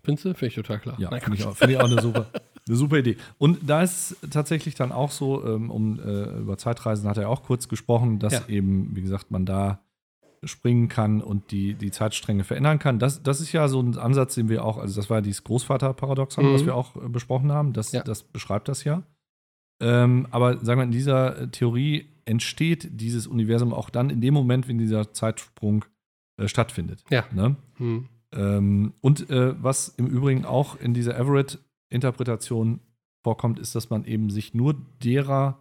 Findest du? Finde ich total klar. Ja, Nein, finde ich, Quatsch. auch- find ich auch eine super, eine super Idee. Und da ist tatsächlich dann auch so, ähm, um äh, über Zeitreisen hat er auch kurz gesprochen, dass Ja. eben, wie gesagt, man da springen kann und die, die Zeitstränge verändern kann. Das, das ist ja so ein Ansatz, den wir auch, also das war ja dieses Großvaterparadoxon, Mhm. was wir auch äh, besprochen haben. Das, Ja. das beschreibt das ja. Ähm, aber sagen wir, in dieser äh, Theorie entsteht dieses Universum auch dann in dem Moment, wenn dieser Zeitsprung äh, stattfindet. Ja. Ne? Hm. Ähm, und äh, was im Übrigen auch in dieser Everett-Interpretation vorkommt, ist, dass man eben sich nur derer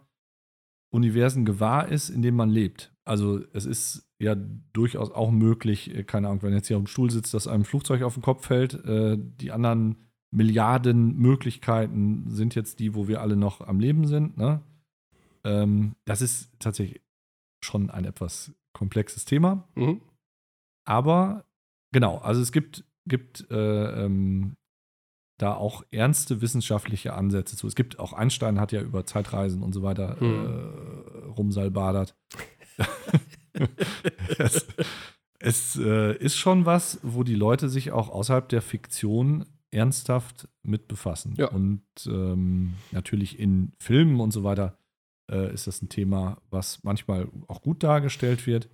Universen gewahr ist, in denen man lebt. Also es ist ja durchaus auch möglich, äh, keine Ahnung, wenn jetzt hier auf dem Stuhl sitzt, dass einem ein Flugzeug auf den Kopf fällt. Äh, die anderen Milliarden Möglichkeiten sind jetzt die, wo wir alle noch am Leben sind. Ne? Ähm, das ist tatsächlich schon ein etwas komplexes Thema. Mhm. Aber genau, also es gibt, gibt äh, ähm, da auch ernste wissenschaftliche Ansätze zu. Es gibt auch Einstein hat ja über Zeitreisen und so weiter äh, rumsalbadert. es es äh, ist schon was, wo die Leute sich auch außerhalb der Fiktion ernsthaft mit befassen. Ja. Und ähm, natürlich in Filmen und so weiter äh, ist das ein Thema, was manchmal auch gut dargestellt wird.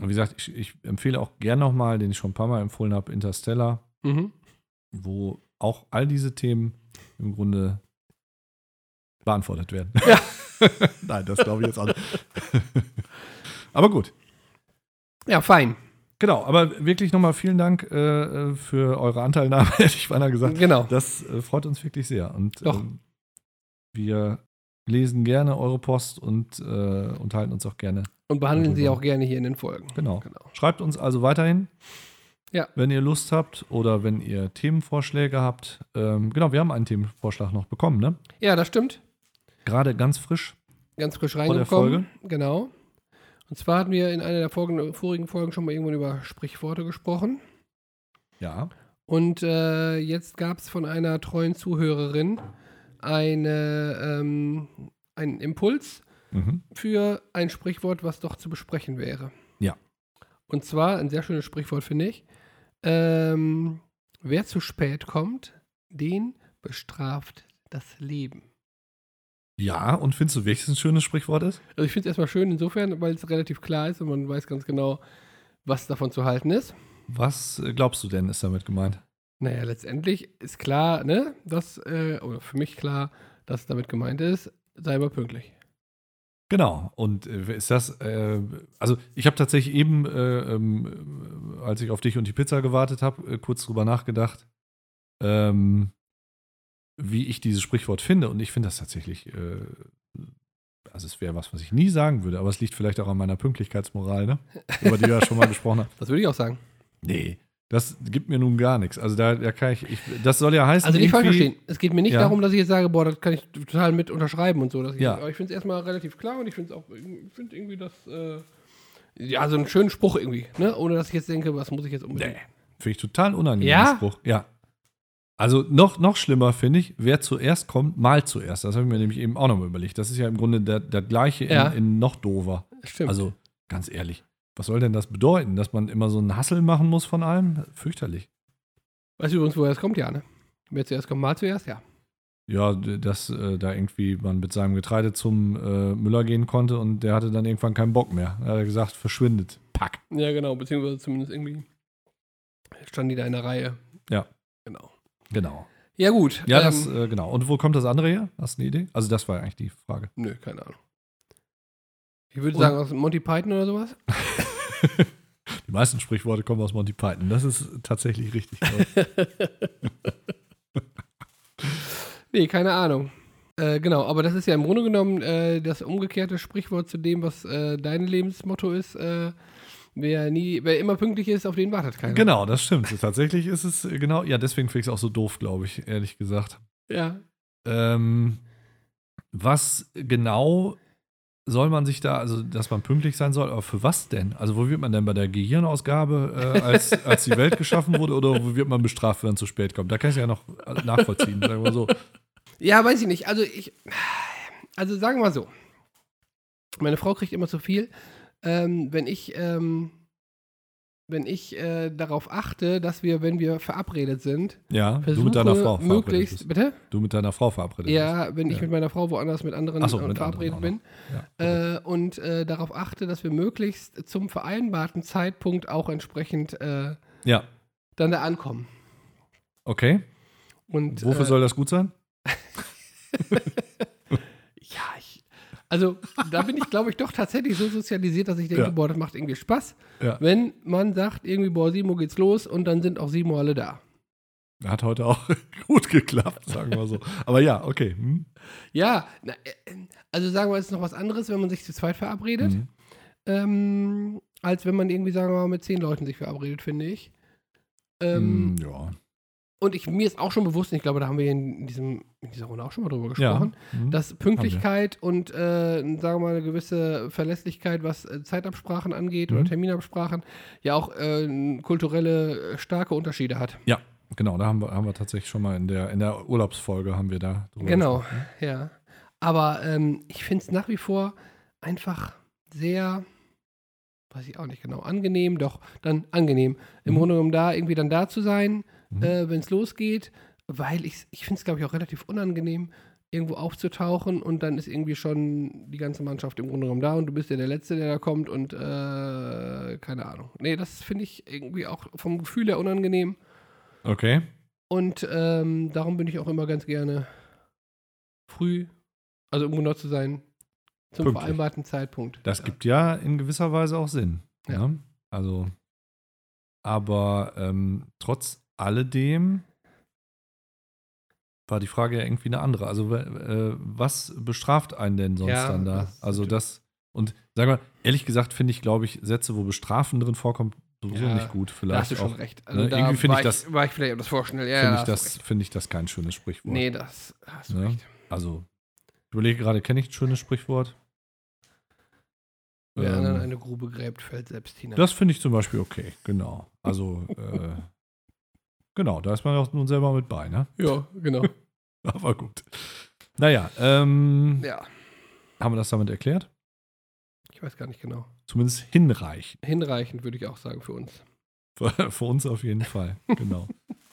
Und wie gesagt, ich, ich empfehle auch gern nochmal, den ich schon ein paar Mal empfohlen habe, Interstellar, Mhm. wo auch all diese Themen im Grunde beantwortet werden. Ja. Nein, das glaube ich jetzt auch nicht. aber gut. Ja, fein. Genau, aber wirklich nochmal vielen Dank äh, für eure Anteilnahme, hätte ich beinahe gesagt. Genau. Das äh, freut uns wirklich sehr. Und Doch. ähm, wir lesen gerne eure Post und äh, unterhalten uns auch gerne. Und behandeln sie Darüber. auch gerne hier in den Folgen. Genau. Genau. Schreibt uns also weiterhin, Ja. wenn ihr Lust habt oder wenn ihr Themenvorschläge habt. Ähm, genau, wir haben einen Themenvorschlag noch bekommen, ne? Ja, das stimmt. Gerade ganz frisch. Ganz frisch der reingekommen. Genau. Und zwar hatten wir in einer der Folgen, vorigen Folgen schon mal irgendwann über Sprichworte gesprochen. Ja. Und äh, jetzt gab es von einer treuen Zuhörerin eine, ähm, einen Impuls Mhm. für ein Sprichwort, was doch zu besprechen wäre. Ja. Und zwar, ein sehr schönes Sprichwort finde ich, ähm, wer zu spät kommt, den bestraft das Leben. Ja, und findest du wirklich ein schönes Sprichwort ist? Also ich finde es erstmal schön insofern, weil es relativ klar ist und man weiß ganz genau, was davon zu halten ist. Was äh, glaubst du denn, ist damit gemeint? Naja, letztendlich ist klar, ne, dass, äh, oder für mich klar, dass damit gemeint ist, sei mal pünktlich. Genau. Und äh, ist das, äh, also ich habe tatsächlich eben, äh, ähm, äh, als ich auf dich und die Pizza gewartet habe, äh, kurz drüber nachgedacht, ähm, wie ich dieses Sprichwort finde. Und ich finde das tatsächlich, äh, also es wäre was, was ich nie sagen würde, aber es liegt vielleicht auch an meiner Pünktlichkeitsmoral, ne? über die wir ja schon mal gesprochen haben. Das würde ich auch sagen. Nee. Das gibt mir nun gar nichts. Also da, da kann ich, ich, das soll ja heißen, Also nicht falsch irgendwie- verstehen. Es geht mir nicht Ja. darum, dass ich jetzt sage, boah, das kann ich total mit unterschreiben und so. Dass ich, Ja. Aber ich finde es erstmal relativ klar und ich finde es auch, ich finde irgendwie das, äh, ja, so einen schönen Spruch irgendwie, ne? Ohne dass ich jetzt denke, was muss ich jetzt unbedingt. Nee. Finde ich total unangenehm. Ja? Spruch. Ja. Also noch, noch schlimmer finde ich, wer zuerst kommt, malt zuerst. Das habe ich mir nämlich eben auch nochmal überlegt. Das ist ja im Grunde der, der gleiche in, Ja. in noch doofer. Stimmt. Also ganz ehrlich, was soll denn das bedeuten, dass man immer so einen Hassel machen muss von allem? Fürchterlich. weißt du übrigens, woher es kommt, ja, ne? Wer zuerst kommt, mal zuerst, ja. Ja, d- dass äh, da irgendwie man mit seinem Getreide zum äh, Müller gehen konnte und der hatte dann irgendwann keinen Bock mehr. Da hat er gesagt, verschwindet. Pack. Ja, genau, beziehungsweise zumindest irgendwie standen die da in der Reihe. Ja. Genau. Genau. Ja, gut. Ja, ähm, das, äh, genau. Und wo kommt das andere her? Hast du eine Idee? Also, das war eigentlich die Frage. Nö, keine Ahnung. Ich würde Und- sagen, aus Monty Python oder sowas. Die meisten Sprichworte kommen aus Monty Python. Das ist tatsächlich richtig. glaub ich. Nee, keine Ahnung. Äh, genau, aber das ist ja im Grunde genommen äh, das umgekehrte Sprichwort zu dem, was äh, dein Lebensmotto ist. Äh, wer, nie, wer immer pünktlich ist, auf den wartet keiner. genau, das stimmt. Tatsächlich ist es, äh, genau, ja, deswegen finde ich es auch so doof, glaube ich, ehrlich gesagt. Ja. Ähm, was genau soll man sich da, also dass man pünktlich sein soll, aber für was denn? Also wo wird man denn bei der Gehirnausgabe, äh, als, als die Welt geschaffen wurde, oder wo wird man bestraft, wenn man zu spät kommt? Da kann ich es ja noch nachvollziehen, sagen wir so. Ja, weiß ich nicht. Also ich. Also sagen wir mal so. Meine Frau kriegt immer zu viel. Ähm, wenn ich, ähm, wenn ich äh, darauf achte, dass wir, wenn wir verabredet sind, Ja, du versuche mit deiner Frau verabredet möglichst. bist. Bitte? Du mit deiner Frau verabredet bist. Ja, wenn ich Ja. mit meiner Frau woanders mit anderen Ach so, äh, mit anderen verabredet auch bin. Ja. Äh, und äh, darauf achte, dass wir möglichst zum vereinbarten Zeitpunkt auch entsprechend äh, ja, dann da ankommen. okay. Und, Wofür äh, soll das gut sein? Ja, ich. Also, da bin ich, glaube ich, doch tatsächlich so sozialisiert, dass ich denke, Ja. boah, das macht irgendwie Spaß. Ja. Wenn man sagt, irgendwie, boah, 7 Uhr geht's los und dann sind auch 7 Uhr alle da. Hat heute auch gut geklappt, sagen wir so. Aber ja, okay. Hm? Ja, na, äh, also sagen wir, es ist noch was anderes, wenn man sich zu zweit verabredet, Mhm. ähm, als wenn man irgendwie, sagen wir mal, mit 10 Leuten sich verabredet, finde ich. Hm, Ähm, ja. Und ich, mir ist auch schon bewusst, und ich glaube, da haben wir in, diesem, in dieser Runde auch schon mal drüber ja. gesprochen, Hm. dass Pünktlichkeit und, äh, sagen wir mal, eine gewisse Verlässlichkeit, was äh, Zeitabsprachen angeht Mhm. oder Terminabsprachen, ja auch äh, kulturelle äh, starke Unterschiede hat. Ja, genau, da haben wir, haben wir tatsächlich schon mal in der, in der Urlaubsfolge haben wir da drüber Genau, gesprochen. ja. Aber ähm, ich finde es nach wie vor einfach sehr, weiß ich auch nicht genau, angenehm, doch dann angenehm. Im Mhm. Grunde genommen da irgendwie dann da zu sein, Mhm. äh, wenn es losgeht, weil ich, ich finde es, glaube ich, auch relativ unangenehm, irgendwo aufzutauchen und dann ist irgendwie schon die ganze Mannschaft im Grunde genommen da und du bist ja der Letzte, der da kommt und äh, keine Ahnung. Nee, das finde ich irgendwie auch vom Gefühl her unangenehm. Okay. Und ähm, darum bin ich auch immer ganz gerne früh, also um genau zu sein, zum Pünktlich. vereinbarten Zeitpunkt. Das ja. gibt ja in gewisser Weise auch Sinn. Ja. Ne? Also, aber ähm, trotz alledem war die Frage ja irgendwie eine andere. Also, w- äh, was bestraft einen denn sonst Ja, dann da? das ist also, natürlich- das, und sagen wir, ehrlich gesagt, finde ich, glaube ich, Sätze, wo Bestrafen drin vorkommt, sowieso Ja, nicht gut. Vielleicht Da hast du schon auch, recht. Also ne? da Irgendwie finde war ich das- War ich vielleicht etwas vorschnell. Ja, finde ja, ich, hast du das- recht. finde ich das kein schönes Sprichwort. Nee, das hast du Ne? recht. Also, ich überlege gerade, kenne ich ein schönes Sprichwort? Wer anderen Ähm, eine Grube gräbt, fällt selbst hinein. das finde ich zum Beispiel okay, genau. Also, äh, genau, da ist man auch nun selber mit bei, ne? ja, genau. Aber gut. Naja, ähm, ja, haben wir das damit erklärt? ich weiß gar nicht genau. Zumindest hinreichend. Hinreichend würde ich auch sagen für uns. Für, für uns auf jeden Fall, genau.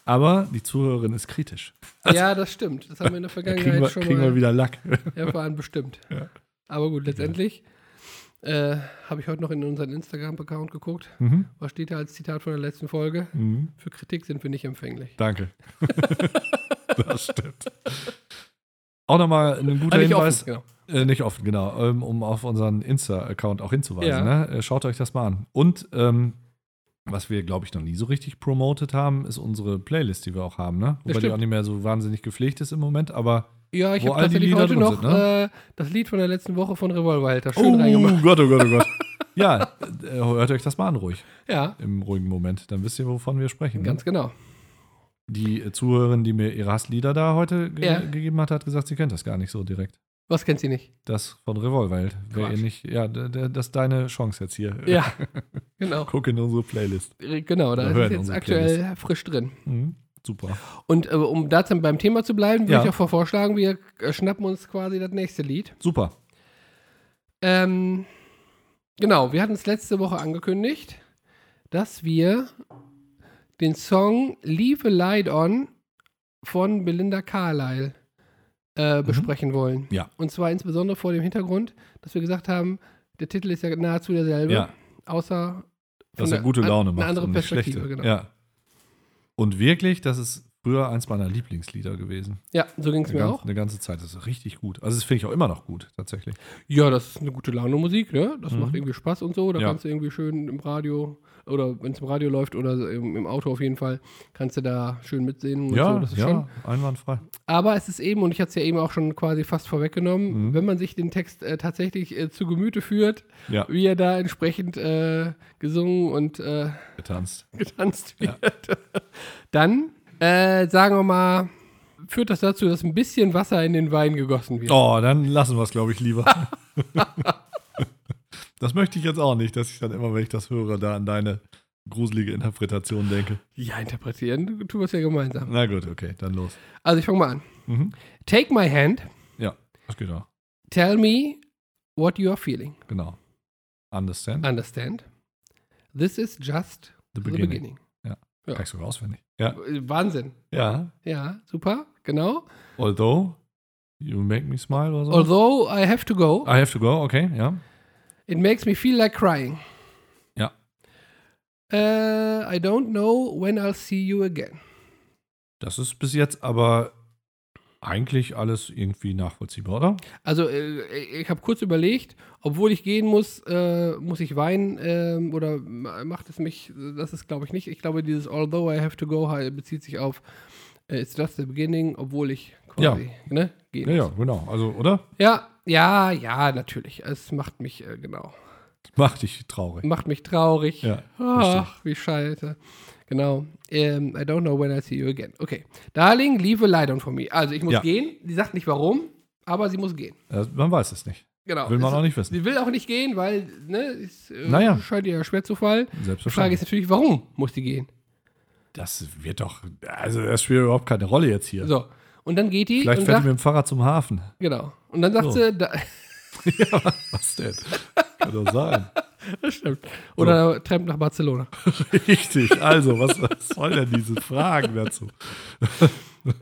Aber die Zuhörerin ist kritisch. ja, das stimmt. Das haben wir in der Da Also kriegen wir, Vergangenheit schon kriegen wir mal wieder Lack. erfahren, bestimmt. Ja. Aber gut, letztendlich äh, habe ich heute noch in unseren Instagram-Account geguckt. mhm. Was steht da als Zitat von der letzten Folge? Mhm. Für Kritik sind wir nicht empfänglich. Danke. das stimmt. Auch nochmal ein guter Hinweis. genau. Äh, nicht offen, genau. Ähm, um auf unseren Insta-Account auch hinzuweisen. Ja. Ne? Äh, Schaut euch das mal an. Und ähm, was wir, glaube ich, noch nie so richtig promotet haben, ist unsere Playlist, die wir auch haben. Ne? Wobei die stimmt. auch nicht mehr so wahnsinnig gepflegt ist im Moment, aber. Ja, ich Wo habe all die tatsächlich Lieder heute drin noch sind, ne? äh, das Lied von der letzten Woche von Revolverhalter schön reingemacht. Gott, oh Gott, oh Gott. ja, äh, hört euch das mal an, ruhig. Ja, Im ruhigen Moment. Dann wisst ihr, wovon wir sprechen. Ne? ganz genau. Die äh, Zuhörerin, die mir ihre Hasslieder da heute ge Ja. gegeben hat, hat gesagt, sie kennt das gar nicht so direkt. Was kennt sie nicht? Das von Revolverheld. Wer Quatsch. ihr nicht, ja, d- d- das ist deine Chance jetzt hier. Ja, genau. Guck in unsere Playlist. Genau, Oder da hören ist es jetzt unsere aktuell frisch drin. Mhm. Super. Und äh, um da zum, beim Thema zu bleiben, Ja. würde ich auch vorschlagen, wir äh, schnappen uns quasi das nächste Lied. Super. Ähm, genau, wir hatten es letzte Woche angekündigt, dass wir den Song Leave a Light On von Belinda Carlisle äh, besprechen wollen. Mhm. Ja. Und zwar insbesondere vor dem Hintergrund, dass wir gesagt haben, der Titel ist ja nahezu derselbe, Ja, außer von dass er der- gute an- Laune eine macht. andere und nicht Perspektive, genau. Ja. Und wirklich, das ist früher eins meiner Lieblingslieder gewesen. ja, so ging es Eine, mir ganz, auch. eine ganze Zeit. Das ist richtig gut. Also, das finde ich auch immer noch gut, tatsächlich. Ja, das ist eine gute Laune Musik, ne? Das Mhm. macht irgendwie Spaß und so. Da Ja. kannst du irgendwie schön im Radio oder wenn es im Radio läuft oder so im, im Auto auf jeden Fall, kannst du da schön mitsehen und so. ja, Das ist ja, schon. einwandfrei. Aber es ist eben, und ich hatte es ja eben auch schon quasi fast vorweggenommen, Mhm. wenn man sich den Text äh, tatsächlich äh, zu Gemüte führt, Ja, wie er da entsprechend äh, gesungen und äh, getanzt. getanzt Ja. wird, dann äh, sagen wir mal, führt das dazu, dass ein bisschen Wasser in den Wein gegossen wird. Oh, dann lassen wir es, glaube ich, lieber. das möchte ich jetzt auch nicht, dass ich dann immer, wenn ich das höre, da an deine gruselige Interpretation denke. Ja, interpretieren tun wir es ja gemeinsam. Na gut, okay, dann los. Also ich fange mal an. Mhm. Take my hand, Ja, das geht auch. tell me what you are feeling. Genau. Understand? Understand? This is just The the beginning. beginning. ja. Kannst du sogar auswendig. Ja. Äh, Wahnsinn. ja. Ja, super, genau. Although, you make me smile oder so. Although I have to go, I have to go, okay, ja. it makes me feel like crying. Ja. Äh, I don't know when I'll see you again. Das ist bis jetzt aber eigentlich alles irgendwie nachvollziehbar, oder? Also äh, ich habe kurz überlegt, obwohl ich gehen muss, äh, muss ich weinen ähm, oder ma- macht es mich, das ist glaube ich nicht. Ich glaube, dieses Although I have to go he- bezieht sich auf äh, It's just the beginning, obwohl ich quasi ne, gehen Ja, ja, muss. genau. Also, oder? Ja, ja, ja, natürlich. Es macht mich, äh, genau, Macht dich traurig. macht mich traurig. Ja, Ach, wie scheiße. Genau. Ähm, I don't know when I see you again. Okay. Darling, leave a light on for me. Also ich muss Ja. gehen. Sie sagt nicht warum, aber sie muss gehen. Äh, Man weiß es nicht. Genau. Will man Es- auch nicht wissen. Sie will auch nicht gehen, weil, ne, es äh, Naja. scheint ihr ja schwer zu fallen. Die Frage ist Selbstverständlich. natürlich, warum muss die gehen? Das wird doch, also das spielt überhaupt keine Rolle jetzt hier. So. Und dann geht die Vielleicht und fährt ihr sagt, mit dem Fahrrad zum Hafen. genau. Und dann sagt So. sie, da, Was denn? Kann doch sein. das stimmt. Oder treibt nach Barcelona. Richtig. Also, was, was soll denn diese Fragen dazu?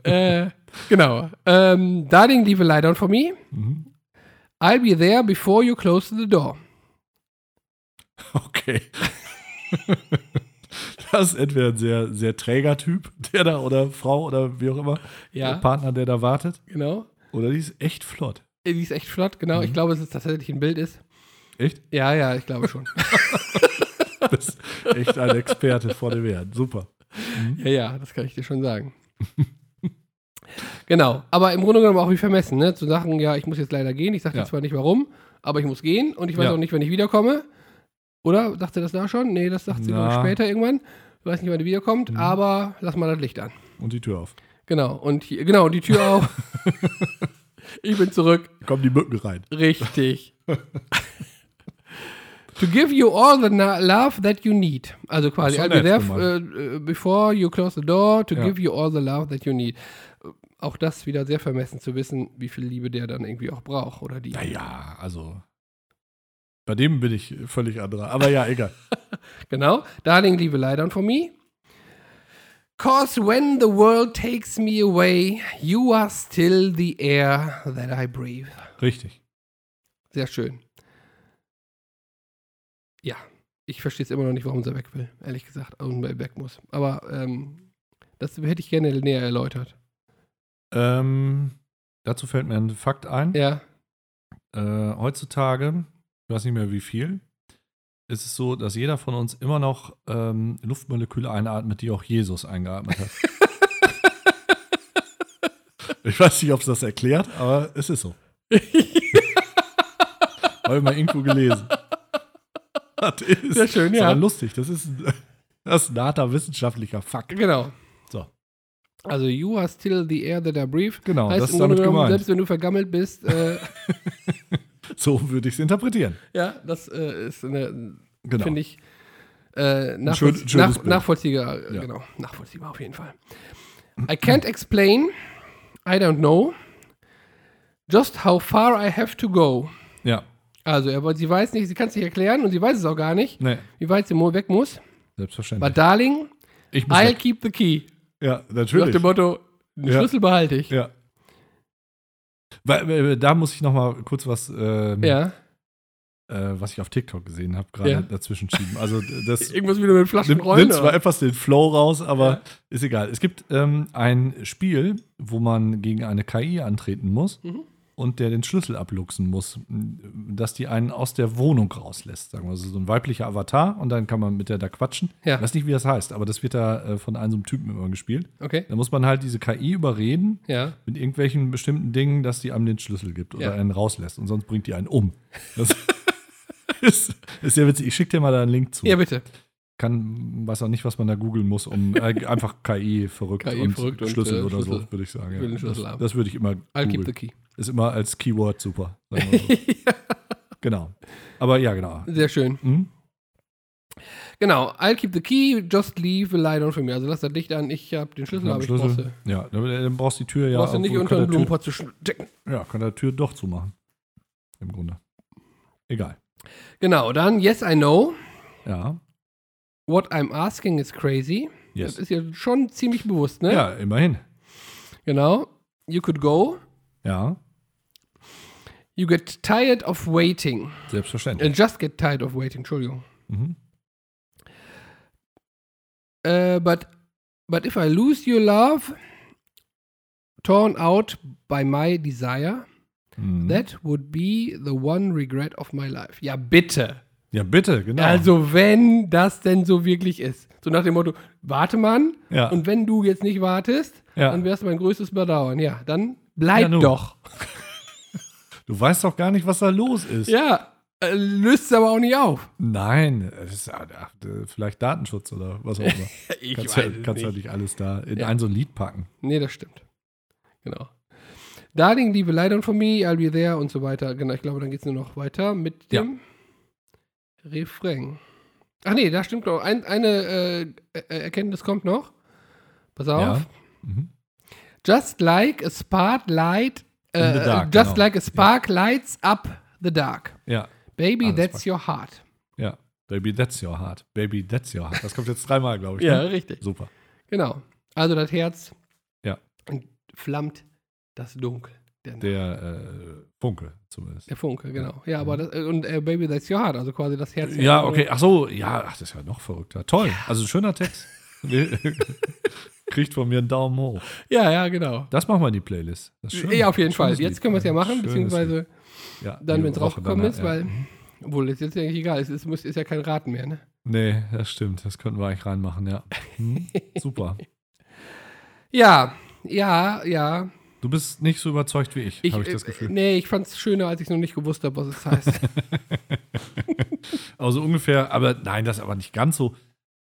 äh, genau. Ähm, Darling, leave a light on for me. Mhm. I'll be there before you close the door. Okay. Das ist entweder ein sehr, sehr träger Typ, der da oder Frau oder wie auch immer, Ja. der Partner, der da wartet. Genau. Oder die ist echt flott. Äh, Die ist echt flott, genau. Mhm. Ich glaube, es ist tatsächlich ein Bild ist. Echt? Ja, ja, ich glaube schon. Bist echt ein Experte vor dem Herrn. Super. ja, ja, das kann ich dir schon sagen. genau. Aber im Grunde genommen auch wie vermessen, ne? Zu sagen, ja, ich muss jetzt leider gehen. Ich sage Ja. dir zwar nicht warum, aber ich muss gehen und ich weiß Ja. auch nicht, wann ich wiederkomme. Oder? Sagt sie das da schon? Nee, das sagt sie Na. Mhm. noch später irgendwann. Ich weiß nicht, wann die wiederkommt, aber lass mal das Licht an. Und die Tür auf. Genau, und hier, genau, die Tür auf. ich bin zurück. Kommen die Mücken rein. Richtig. to give you all the na- love that you need. Also quasi, Das I'll ist be doch there nett äh, äh, before you close the door, to Ja. give you all the love that you need. Äh, Auch das wieder sehr vermessen zu wissen, wie viel Liebe der dann irgendwie auch braucht oder die. Naja, also. Bei dem bin ich völlig anderer. Aber ja, egal. Genau. Darling, liebe Leidern for me. Cause when the world takes me away, you are still the air that I breathe. Richtig. Sehr schön. Ja, ich verstehe es immer noch nicht, warum sie weg will, ehrlich gesagt, und weg muss. Aber ähm, das hätte ich gerne näher erläutert. Ähm, dazu fällt mir ein Fakt ein. Ja, Äh, heutzutage, ich weiß nicht mehr wie viel, ist es so, dass jeder von uns immer noch ähm, Luftmoleküle einatmet, die auch Jesus eingeatmet hat. ich weiß nicht, ob es das erklärt, aber es ist so. Habe ich mal irgendwo gelesen. Das ist, Sehr schön, ist ja. aber lustig. Das ist, ein- das ist ein harter wissenschaftlicher Fakt. genau. So. Also, you are still the air that I breathe. Genau, heißt das ist im Grunde damit genommen, gemeint. selbst wenn du vergammelt bist, äh, So würde ich es interpretieren. ja, das äh, ist eine, Genau. finde ich, äh, nachvollzie schön- schönes nach, Bild. nachvollziehbar, äh, Ja. genau, nachvollziehbar auf jeden Fall. I can't explain. I don't know. Just how far I have to go. Ja, Also, aber sie weiß nicht, sie kann es nicht erklären und sie weiß es auch gar nicht, nee, wie weit sie mo- weg muss. selbstverständlich. But darling, Ich muss I'll keep the key. ja, Nach natürlich. dem Motto, den Ja. Schlüssel behalte ich. Ja. Ja. Weil, äh, da muss ich noch mal kurz was, ähm, äh, was ich auf TikTok gesehen habe, gerade Ja. dazwischen schieben. Also d- das Irgendwas wieder mit Flaschen nimmt, rollen. nimmt zwar oder? etwas den Flow raus, aber Ja. ist egal. Es gibt ähm, ein Spiel, wo man gegen eine KI antreten muss Mhm. und der den Schlüssel abluchsen muss, m, dass die einen aus der Wohnung rauslässt. Sagen wir Also, so, so ein weiblicher Avatar und dann kann man mit der da quatschen. Ja. Ich weiß nicht, wie das heißt, aber das wird da äh, von einem so einem Typen immer gespielt. Okay. Da muss man halt diese KI überreden, Ja. mit irgendwelchen bestimmten Dingen, dass die einem den Schlüssel gibt oder Ja. einen rauslässt und sonst bringt die einen um. Das ist, ist ja witzig. Ich schicke dir mal da einen Link zu. Ja, bitte. Kann, weiß auch nicht, was man da googeln muss, um äh, einfach KI verrückt KI und verrückt und, Schlüssel äh, oder Schlüssel. so, würde ich sagen. Ich Ja. will den Schlüssel das haben. das würde ich immer I'll keep the googeln. key. Ist immer als Keyword super. Sagen wir so. genau. Aber ja, genau. Sehr schön. Hm? Genau. I'll keep the key, just leave the light on for me. Also lass das Licht an, ich habe den Schlüssel, Mit aber dem ich brauche sie. Ja, dann, dann brauchst du die Tür ja. brauchst du nicht obwohl unter den kann der Tür, Blumenpott zu stecken. Ja, kann der Tür doch zumachen. Im Grunde. Egal. Genau, dann Yes, I know. Ja. What I'm asking is crazy. Yes. Das ist ja schon ziemlich bewusst, ne? Ja, immerhin. Genau. You could go. Ja, You get tired of waiting. Äh, selbstverständlich. just get tired of waiting, Entschuldigung. Mhm. Äh, but, but if I lose your love, torn out by my desire, Mhm. that would be the one regret of my life. Ja, bitte. Ja, bitte, genau. Also, wenn das denn so wirklich ist. So nach dem Motto, warte Mann, Ja. und wenn du jetzt nicht wartest, Ja. dann wärst du mein größtes Bedauern. Ja, dann bleib Ja, nun. doch. du weißt doch gar nicht, was da los ist. Ja, äh, löst es aber auch nicht auf. Nein, es ist äh, äh, vielleicht Datenschutz oder was auch immer. Ich kannst weiß ja, es kannst ja nicht. nicht alles da in Ja. ein so ein Lied packen. Nee, das stimmt. Genau. Darling, liebe Leidern von mir, I'll be there und so weiter. Genau, ich glaube, dann geht es nur noch weiter mit Ja. dem Refrain. Ach nee, da stimmt noch. Ein, eine äh, äh, Erkenntnis kommt noch. Pass auf. Ja. Mhm. Just like a spark light, In äh, the dark, just genau. like a spark lights up the dark. Ja, Baby, Alles that's your heart. ja. Baby, that's your heart. Baby, that's your heart. Das kommt jetzt dreimal, glaube ich. ne? richtig. Super. Genau. Also das Herz Ja. entflammt das Dunkel. Der, Nacht. Der äh, Funke zumindest. Der Funke, genau. Ja, aber das, äh, und äh, Baby, that's your heart, also quasi das Herz. Mhm. Ja, okay. Ach so, ja, ach, das ist ja noch verrückter. Toll. Also schöner Text. Kriegt von mir einen Daumen hoch. Ja, ja, genau. Das machen wir in die Playlist. Das ist schön. Ja, auf jeden Fall. Schönes Jetzt Lied. können wir es ja machen, Schönes beziehungsweise Lied. ja, dann, die wenn es Woche rausgekommen danach, ist, ja. Mhm. weil, obwohl, das ist jetzt eigentlich egal, es ist, muss- ist ja kein Raten mehr, ne? Nee, das stimmt. Das könnten wir eigentlich reinmachen, ja. Hm, super. Ja, ja, ja. Du bist nicht so überzeugt wie ich, habe ich äh, das Gefühl. Nee, ich fand es schöner, als ich noch nicht gewusst habe, was es heißt. Also ungefähr, aber nein, das ist aber nicht ganz so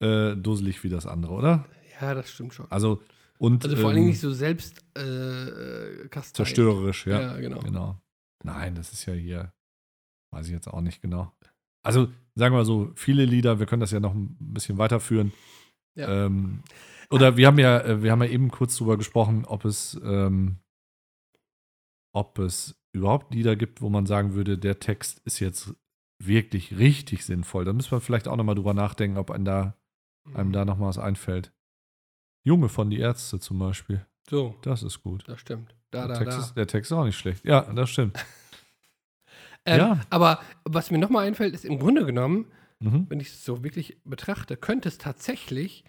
äh, dusselig wie das andere, oder? ja, das stimmt schon. Also, und Also vor allen Dingen ähm, nicht so selbst äh, kasteilt. zerstörerisch, ja. Ja, genau. Genau. Nein, das ist ja hier, weiß ich jetzt auch nicht genau. Also, sagen wir so, viele Lieder, wir können das ja noch ein bisschen weiterführen. Ja. Ah. Ähm, oder wir haben ja, äh, wir haben ja eben kurz drüber gesprochen, ob es, ähm, ob es überhaupt Lieder gibt, wo man sagen würde, der Text ist jetzt wirklich richtig sinnvoll. Da müssen wir vielleicht auch nochmal drüber nachdenken, ob einem da, Mhm. einem Mhm. da nochmal was einfällt. Junge von die Ärzte zum Beispiel. So, Das ist gut. das stimmt. Da, Der da, Text, da. Ist, der Text ist auch nicht schlecht. Ja, das stimmt. Ähm, Ja. Aber was mir nochmal einfällt, ist im Grunde genommen, Mhm. wenn ich es so wirklich betrachte, könnte es tatsächlich,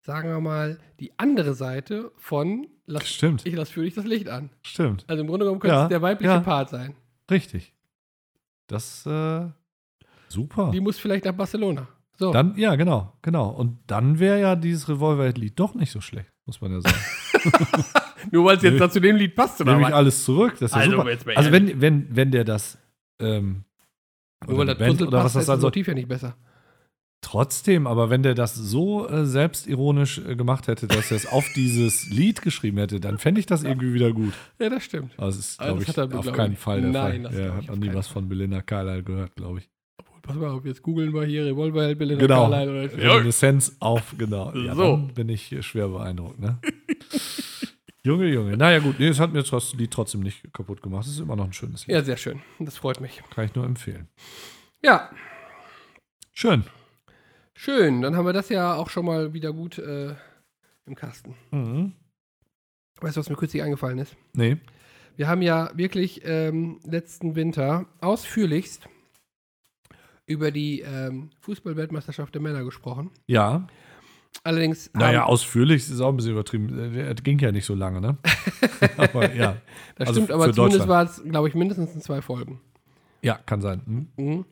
sagen wir mal, die andere Seite von lass, Stimmt, ich lass für dich das Licht an. stimmt. Also im Grunde genommen könnte Ja, es der weibliche ja. Part sein. Richtig. Das, äh, super. Die muss vielleicht nach Barcelona. So. Oh. Dann, ja, genau, genau. Und dann wäre ja dieses Revolver-Lied doch nicht so schlecht, muss man ja sagen. Nur weil es Nö. jetzt dazu dem Lied passt, oder Nehme ich was? alles zurück. Das ist ja Also, super. jetzt mal Also wenn, wenn, wenn der das, ähm, Nur weil oder, das die Band, Puzzle Also oder was passt, also das ist das sein soll. Motiv ja nicht besser. Trotzdem, aber wenn der das so äh, selbstironisch äh, gemacht hätte, dass er es auf dieses Lied geschrieben hätte, dann fände ich das irgendwie wieder gut. Ja, das stimmt. Aber es ist, Also glaube das ich, hat er, auf glaub keinen ich- Fall der Nein, Fall. das Er glaub hat ich noch auf nie keinen was von Belinda Carlisle gehört, glaube ich. Pass mal auf, jetzt googeln wir hier Revolverheld Billy Genau. Carlisle oder Reminiszenz auf, genau. Ja, So. Dann bin ich äh, schwer beeindruckt, ne? Junge, Junge. Naja, gut, nee, es hat mir das Lied trotzdem nicht kaputt gemacht. Es ist immer noch ein schönes Lied. Ja, sehr schön. Das freut mich. Kann ich nur empfehlen. Ja, Schön. schön. Dann haben wir das ja auch schon mal wieder gut äh, im Kasten. Mhm. Weißt du, was mir kürzlich eingefallen ist? Nee. Wir haben ja wirklich ähm, letzten Winter ausführlichst über die ähm, Fußball-Weltmeisterschaft der Männer gesprochen. Ja. Allerdings haben- Naja, ausführlich ist auch ein bisschen übertrieben. Es ging ja nicht so lange, ne? aber ja. das also stimmt, für aber zumindest Deutschland. war es, glaube ich, mindestens in zwei Folgen. Ja, kann sein. Hm? Mhm.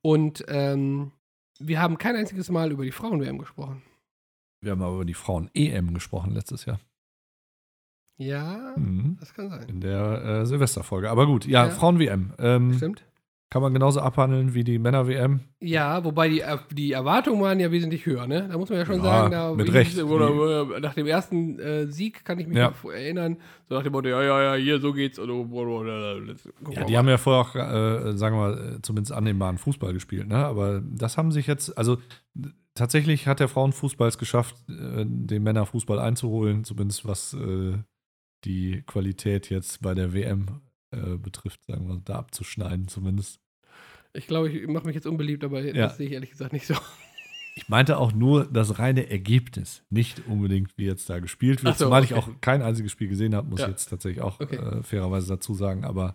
Und ähm, wir haben kein einziges Mal über die Frauen-WM gesprochen. Wir haben aber über die Frauen-EM gesprochen letztes Jahr. Ja, Mhm. das kann sein. In der äh, Silvesterfolge. Aber gut, ja, Ja. Frauen-WM. Ähm, Stimmt? kann man genauso abhandeln wie die Männer-WM. Ja, wobei die, äh, die Erwartungen waren ja wesentlich höher, ne? Da muss man ja schon Ja, sagen, da mit hieß- Recht. Mhm. Oder, äh, nach dem ersten äh, Sieg kann ich mich Ja. noch erinnern, so nach dem Motto, ja, ja, ja, hier, so geht's. Und, Ja, die haben ja vorher auch, äh, sagen wir mal, äh, zumindest annehmbaren Fußball gespielt, ne? Aber das haben sich jetzt, also d- tatsächlich hat der Frauenfußball es geschafft, äh, den Männerfußball einzuholen, zumindest was äh, die Qualität jetzt bei der WM äh, betrifft, sagen wir, da abzuschneiden zumindest. Ich glaube, ich mache mich jetzt unbeliebt, aber Ja. das sehe ich ehrlich gesagt nicht so. Ich meinte auch nur das reine Ergebnis, nicht unbedingt, wie jetzt da gespielt wird. Ach so, Zumal ich okay. auch kein einziges Spiel gesehen habe, muss Ja. ich jetzt tatsächlich auch Okay. äh, fairerweise dazu sagen, aber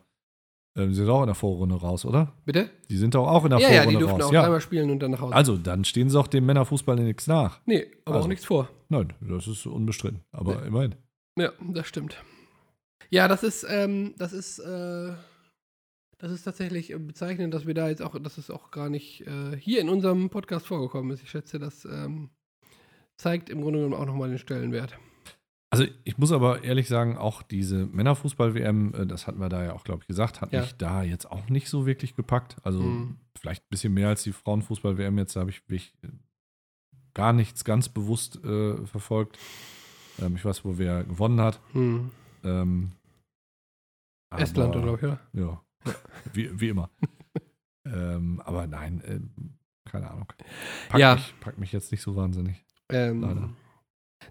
ähm, sie sind auch in der Vorrunde raus, oder? Bitte? Die sind doch auch in der ja, ja, Vorrunde die durften raus. auch ja. dreimal spielen und dann nach Hause. Also, dann stehen sie auch dem Männerfußball nichts nach. nee, aber also. auch nichts vor. Nein, das ist unbestritten. Aber Nee. immerhin. Ja, das stimmt. Ja, das ist, ähm, das ist, äh, das ist tatsächlich äh, bezeichnend, dass wir da jetzt auch, dass es auch gar nicht äh, hier in unserem Podcast vorgekommen ist. Ich schätze, das ähm, zeigt im Grunde genommen auch nochmal den Stellenwert. Also, ich muss aber ehrlich sagen, auch diese Männerfußball-WM, äh, das hatten wir da ja auch, glaube ich, gesagt, hat Ja. mich da jetzt auch nicht so wirklich gepackt. Also, Mhm. vielleicht ein bisschen mehr als die Frauenfußball-WM. Jetzt habe ich mich äh, gar nichts ganz bewusst äh, verfolgt. Ähm, ich weiß, wo wer gewonnen hat. Hm. Ähm, aber- Estland, glaube ich, oder? Ja. Wie, wie immer. ähm, aber nein, ähm, keine Ahnung. Packt, Ja. mich, packt mich jetzt nicht so wahnsinnig. Leider. Ähm,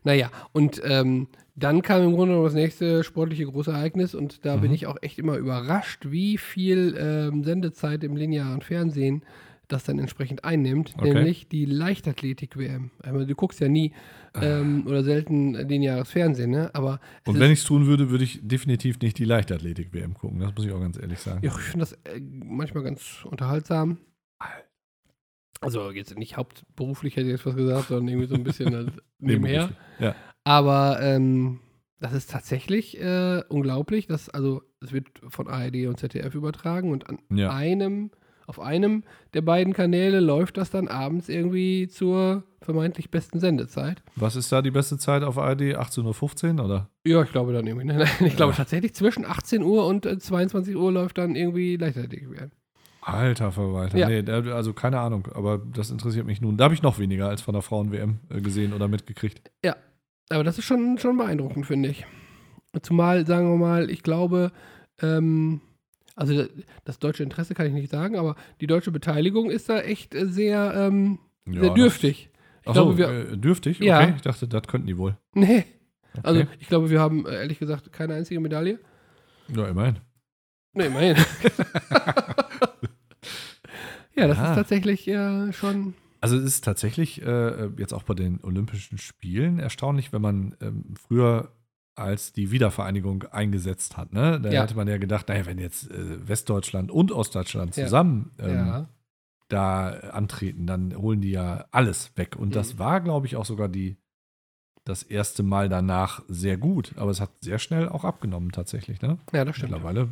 naja, und ähm, dann kam im Grunde noch das nächste sportliche Großereignis und da bin Mhm. ich auch echt immer überrascht, wie viel ähm, Sendezeit im linearen Fernsehen das dann entsprechend einnimmt, Okay. nämlich die Leichtathletik-WM. Also, du guckst ja nie ähm, oder selten lineares Fernsehen, ne? aber es Ah. Und ist- wenn ich es tun würde, würde ich definitiv nicht die Leichtathletik-WM gucken. Das muss ich auch ganz ehrlich sagen. Ja, ich finde das äh, manchmal ganz unterhaltsam. Also jetzt nicht hauptberuflich hätte ich jetzt was gesagt, sondern irgendwie so ein bisschen als nebenher. Nebenberuflich, ja. Aber ähm, das ist tatsächlich äh, unglaublich, dass also es wird von ARD und ZDF übertragen und an Ja. einem auf einem der beiden Kanäle läuft das dann abends irgendwie zur vermeintlich besten Sendezeit. Was ist da die beste Zeit auf ARD? 18.15 Uhr oder? Ja, ich glaube dann irgendwie. Ne? Ich glaube Ja. tatsächlich zwischen 18 Uhr und äh, 22 Uhr läuft dann irgendwie Leichtathletik werden. Alter Verwalter. Ja. Nee, da, also keine Ahnung, aber das interessiert mich nun. Da habe ich noch weniger als von der Frauen-WM äh, gesehen oder mitgekriegt. Aber das ist schon, schon beeindruckend, finde ich. Zumal, sagen wir mal, ich glaube, ähm, also da- das deutsche Interesse kann ich nicht sagen, aber die deutsche Beteiligung ist da echt äh, sehr, ähm, Ja, sehr das- dürftig. Ich Ach so, glaube, wir. äh, dürftig? Okay. Ja. Ich dachte, das könnten die wohl. nee. Okay. Also ich glaube, wir haben äh, ehrlich gesagt keine einzige Medaille. ja, immerhin. Nee, immerhin. ja, das Ja. ist tatsächlich äh, schon. Also es ist tatsächlich äh, jetzt auch bei den Olympischen Spielen erstaunlich, wenn man ähm, früher als die Wiedervereinigung eingesetzt hat. Ne? Da Ja. hätte man ja gedacht, naja, wenn jetzt äh, Westdeutschland und Ostdeutschland Ja. zusammen ähm, ja. da antreten, dann holen die ja alles weg. Und das Mhm. war, glaube ich, auch sogar die das erste Mal danach sehr gut. Aber es hat sehr schnell auch abgenommen tatsächlich. Ne? ja, das stimmt. Mittlerweile.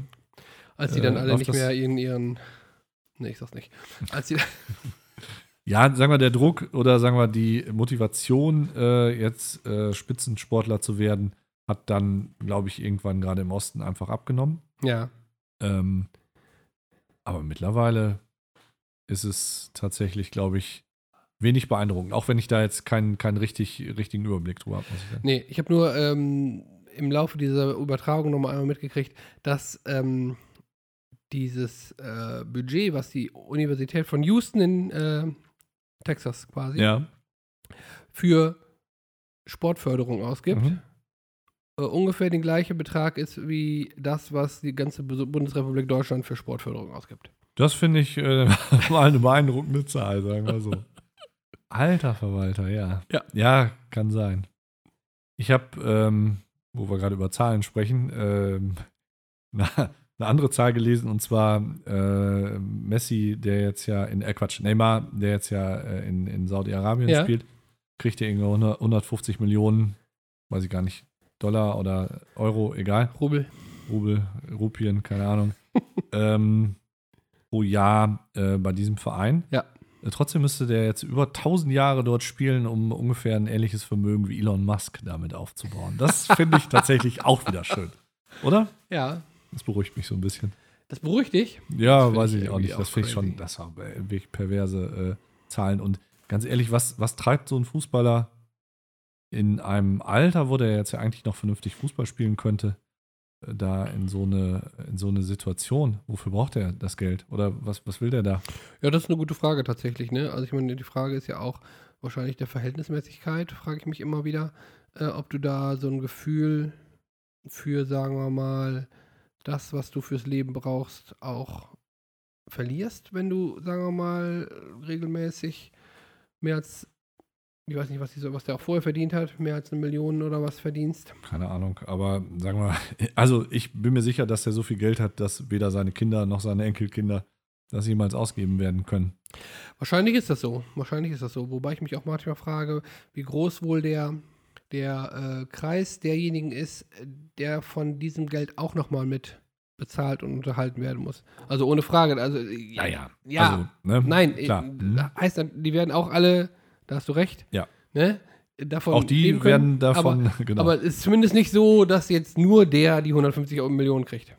Als die dann äh, alle läuft nicht das- mehr in ihren. Nee, ich sag's nicht. Als die, Ja, sagen wir, der Druck oder sagen wir, die Motivation, äh, jetzt äh, Spitzensportler zu werden, hat dann, glaube ich, irgendwann gerade im Osten einfach abgenommen. ja. Ähm, aber mittlerweile ist es tatsächlich, glaube ich, wenig beeindruckend. Auch wenn ich da jetzt keinen, keinen richtig, richtigen Überblick drüber habe, muss ich sagen. Nee, ich habe nur ähm, im Laufe dieser Übertragung nochmal einmal mitgekriegt, dass ähm, dieses äh, Budget, was die Universität von Houston in äh, Texas quasi Ja. für Sportförderung ausgibt, Mhm. äh, ungefähr den gleichen Betrag ist wie das, was die ganze Bus- Bundesrepublik Deutschland für Sportförderung ausgibt. Das finde ich äh, mal eine beeindruckende Zahl, sagen wir so. Alter Verwalter, ja. Ja. kann sein. Ich habe, ähm, wo wir gerade über Zahlen sprechen, ähm, na, eine andere Zahl gelesen und zwar äh, Messi, der jetzt ja in, äh Quatsch, Neymar, der jetzt ja äh, in, in Saudi-Arabien Ja. spielt, kriegt ja irgendwie 100 150 Millionen, weiß ich gar nicht, Dollar oder Euro, egal. Rubel. Rubel, Rupien, keine Ahnung, ähm, pro Jahr äh, bei diesem Verein. Ja. Äh, Trotzdem müsste der jetzt über 1000 Jahre dort spielen, um ungefähr ein ähnliches Vermögen wie Elon Musk damit aufzubauen. Das finde ich tatsächlich auch wieder schön. Oder? Ja, Das beruhigt mich so ein bisschen. das beruhigt dich. Das Ja, find weiß ich ich auch irgendwie nicht. Das auch finde ich schon, crazy. das war äh, wirklich perverse äh, Zahlen. Und ganz ehrlich, was, was treibt so ein Fußballer in einem Alter, wo der jetzt ja eigentlich noch vernünftig Fußball spielen könnte, äh, da in so eine, in so eine Situation? Wofür braucht er das Geld? Oder was, was will der da? Ja, das ist eine gute Frage tatsächlich. Ne? Also ich meine, die Frage ist ja auch wahrscheinlich der Verhältnismäßigkeit, frage ich mich immer wieder, äh, ob du da so ein Gefühl für, sagen wir mal, das, was du fürs Leben brauchst, auch verlierst, wenn du, sagen wir mal, regelmäßig mehr als, ich weiß nicht, was, die, so- was der auch vorher verdient hat, mehr als eine Million oder was verdienst. Keine Ahnung, aber sagen wir mal, also ich bin mir sicher, dass er so viel Geld hat, dass weder seine Kinder noch seine Enkelkinder das jemals ausgeben werden können. Wahrscheinlich ist das so. Wahrscheinlich ist das so. Wobei ich mich auch manchmal frage, wie groß wohl der, der äh, Kreis derjenigen ist, äh, der von diesem Geld auch nochmal mit bezahlt und unterhalten werden muss. Also ohne Frage. Also, äh, Ja. Also, ne? nein, klar. äh, Mhm. heißt dann, die werden auch alle, da hast du recht. Ja. Ne? Davon Auch leben die können, werden davon, genau. Aber, aber es ist zumindest nicht so, dass jetzt nur der die 150 Millionen kriegt.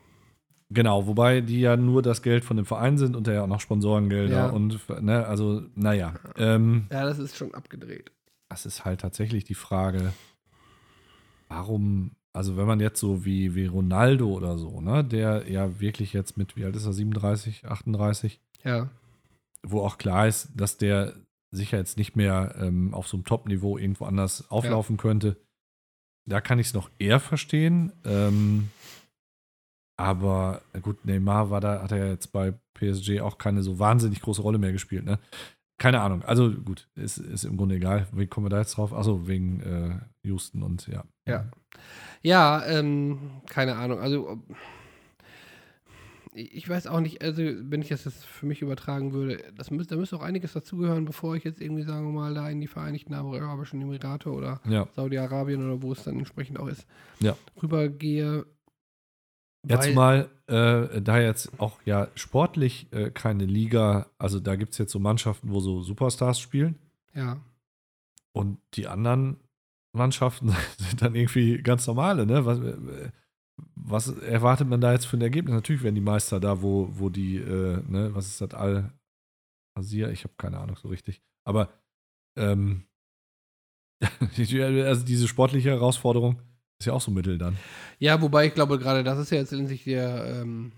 Genau, wobei die ja nur das Geld von dem Verein sind und da ja auch noch Sponsorengelder Ja. und ne, also naja, ähm, Ja, das ist schon abgedreht. das ist halt tatsächlich die Frage, warum, also wenn man jetzt so wie, wie Ronaldo oder so, ne, der ja wirklich jetzt mit, wie alt ist er, 37, 38, Ja. wo auch klar ist, dass der sicher jetzt nicht mehr ähm, auf so einem Top-Niveau irgendwo anders auflaufen könnte. Da kann ich es noch eher verstehen. Ähm, aber äh, gut, Neymar war da, hat er ja jetzt bei PSG auch keine so wahnsinnig große Rolle mehr gespielt, ne? Keine Ahnung. Also gut, ist, ist im Grunde egal. Wie kommen wir da jetzt drauf? Achso, wegen äh, Houston und ja. Ja. Ja, ähm, keine Ahnung. Also, ob- ich ich weiß auch nicht, also, wenn ich das jetzt für mich übertragen würde, das müß, da müsste auch einiges dazugehören, bevor ich jetzt irgendwie, sagen wir mal, da in die Vereinigten Arabischen Emirate oder Ja. Saudi-Arabien oder wo es dann entsprechend auch ist, Ja. rübergehe. Jetzt weil- mal, äh, da jetzt auch ja sportlich äh, keine Liga, also da gibt es jetzt so Mannschaften, wo so Superstars spielen. Ja, Und die anderen Mannschaften sind dann irgendwie ganz normale, ne? Was, äh, was erwartet man da jetzt für ein Ergebnis? Natürlich werden die Meister da, wo, wo die, äh, ne, was ist das, Al Asir? Ich habe keine Ahnung so richtig. Aber ähm, also diese sportliche Herausforderung ist ja auch so ein Mittel dann. ja wobei ich glaube, gerade das ist ja jetzt in sich der, ähm,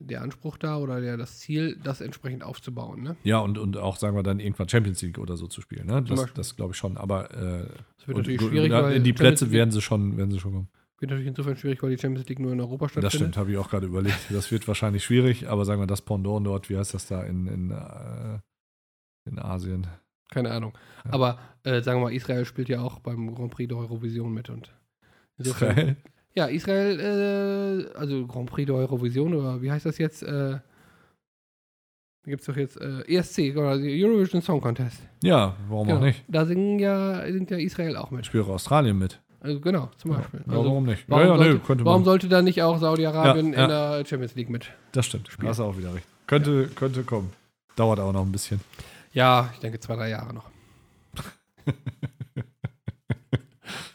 der Anspruch da oder der, das Ziel, das entsprechend aufzubauen, ne? Ja, und, und auch, sagen wir dann, irgendwann Champions League oder so zu spielen, ne? Das, Beispiel. das glaube ich schon. Aber äh, Das und wird natürlich gu- schwierig, na, weil in die Champions Plätze League- werden sie schon, werden sie schon kommen. Wird natürlich insofern schwierig, weil die Champions League nur in Europa stattfindet. Das stimmt, habe ich auch gerade überlegt. Das wird wahrscheinlich schwierig, aber sagen wir das Pendant dort, wie heißt das da in, in, äh, in Asien? Keine Ahnung. Ja. Aber äh, sagen wir mal, Israel spielt ja auch beim Grand Prix der Eurovision mit und insofern. Israel? Ja, Israel, äh, also Grand Prix der Eurovision oder wie heißt das jetzt? Äh, Gibt es doch jetzt äh, ESC oder die Eurovision Song Contest. Ja, warum auch Genau. nicht? Da singen ja, singt ja Israel auch Ich mit. spiele Australien mit. Also genau, zum Beispiel. Ja, also, warum nicht? warum, ja, ja, sollte, nee, könnte warum man. sollte da nicht auch Saudi-Arabien Ja, in der Champions League mit? Das stimmt, Spiel. hast du auch wieder recht. Könnte, könnte kommen. Dauert aber noch ein bisschen. Ja, ich denke zwei, drei Jahre noch.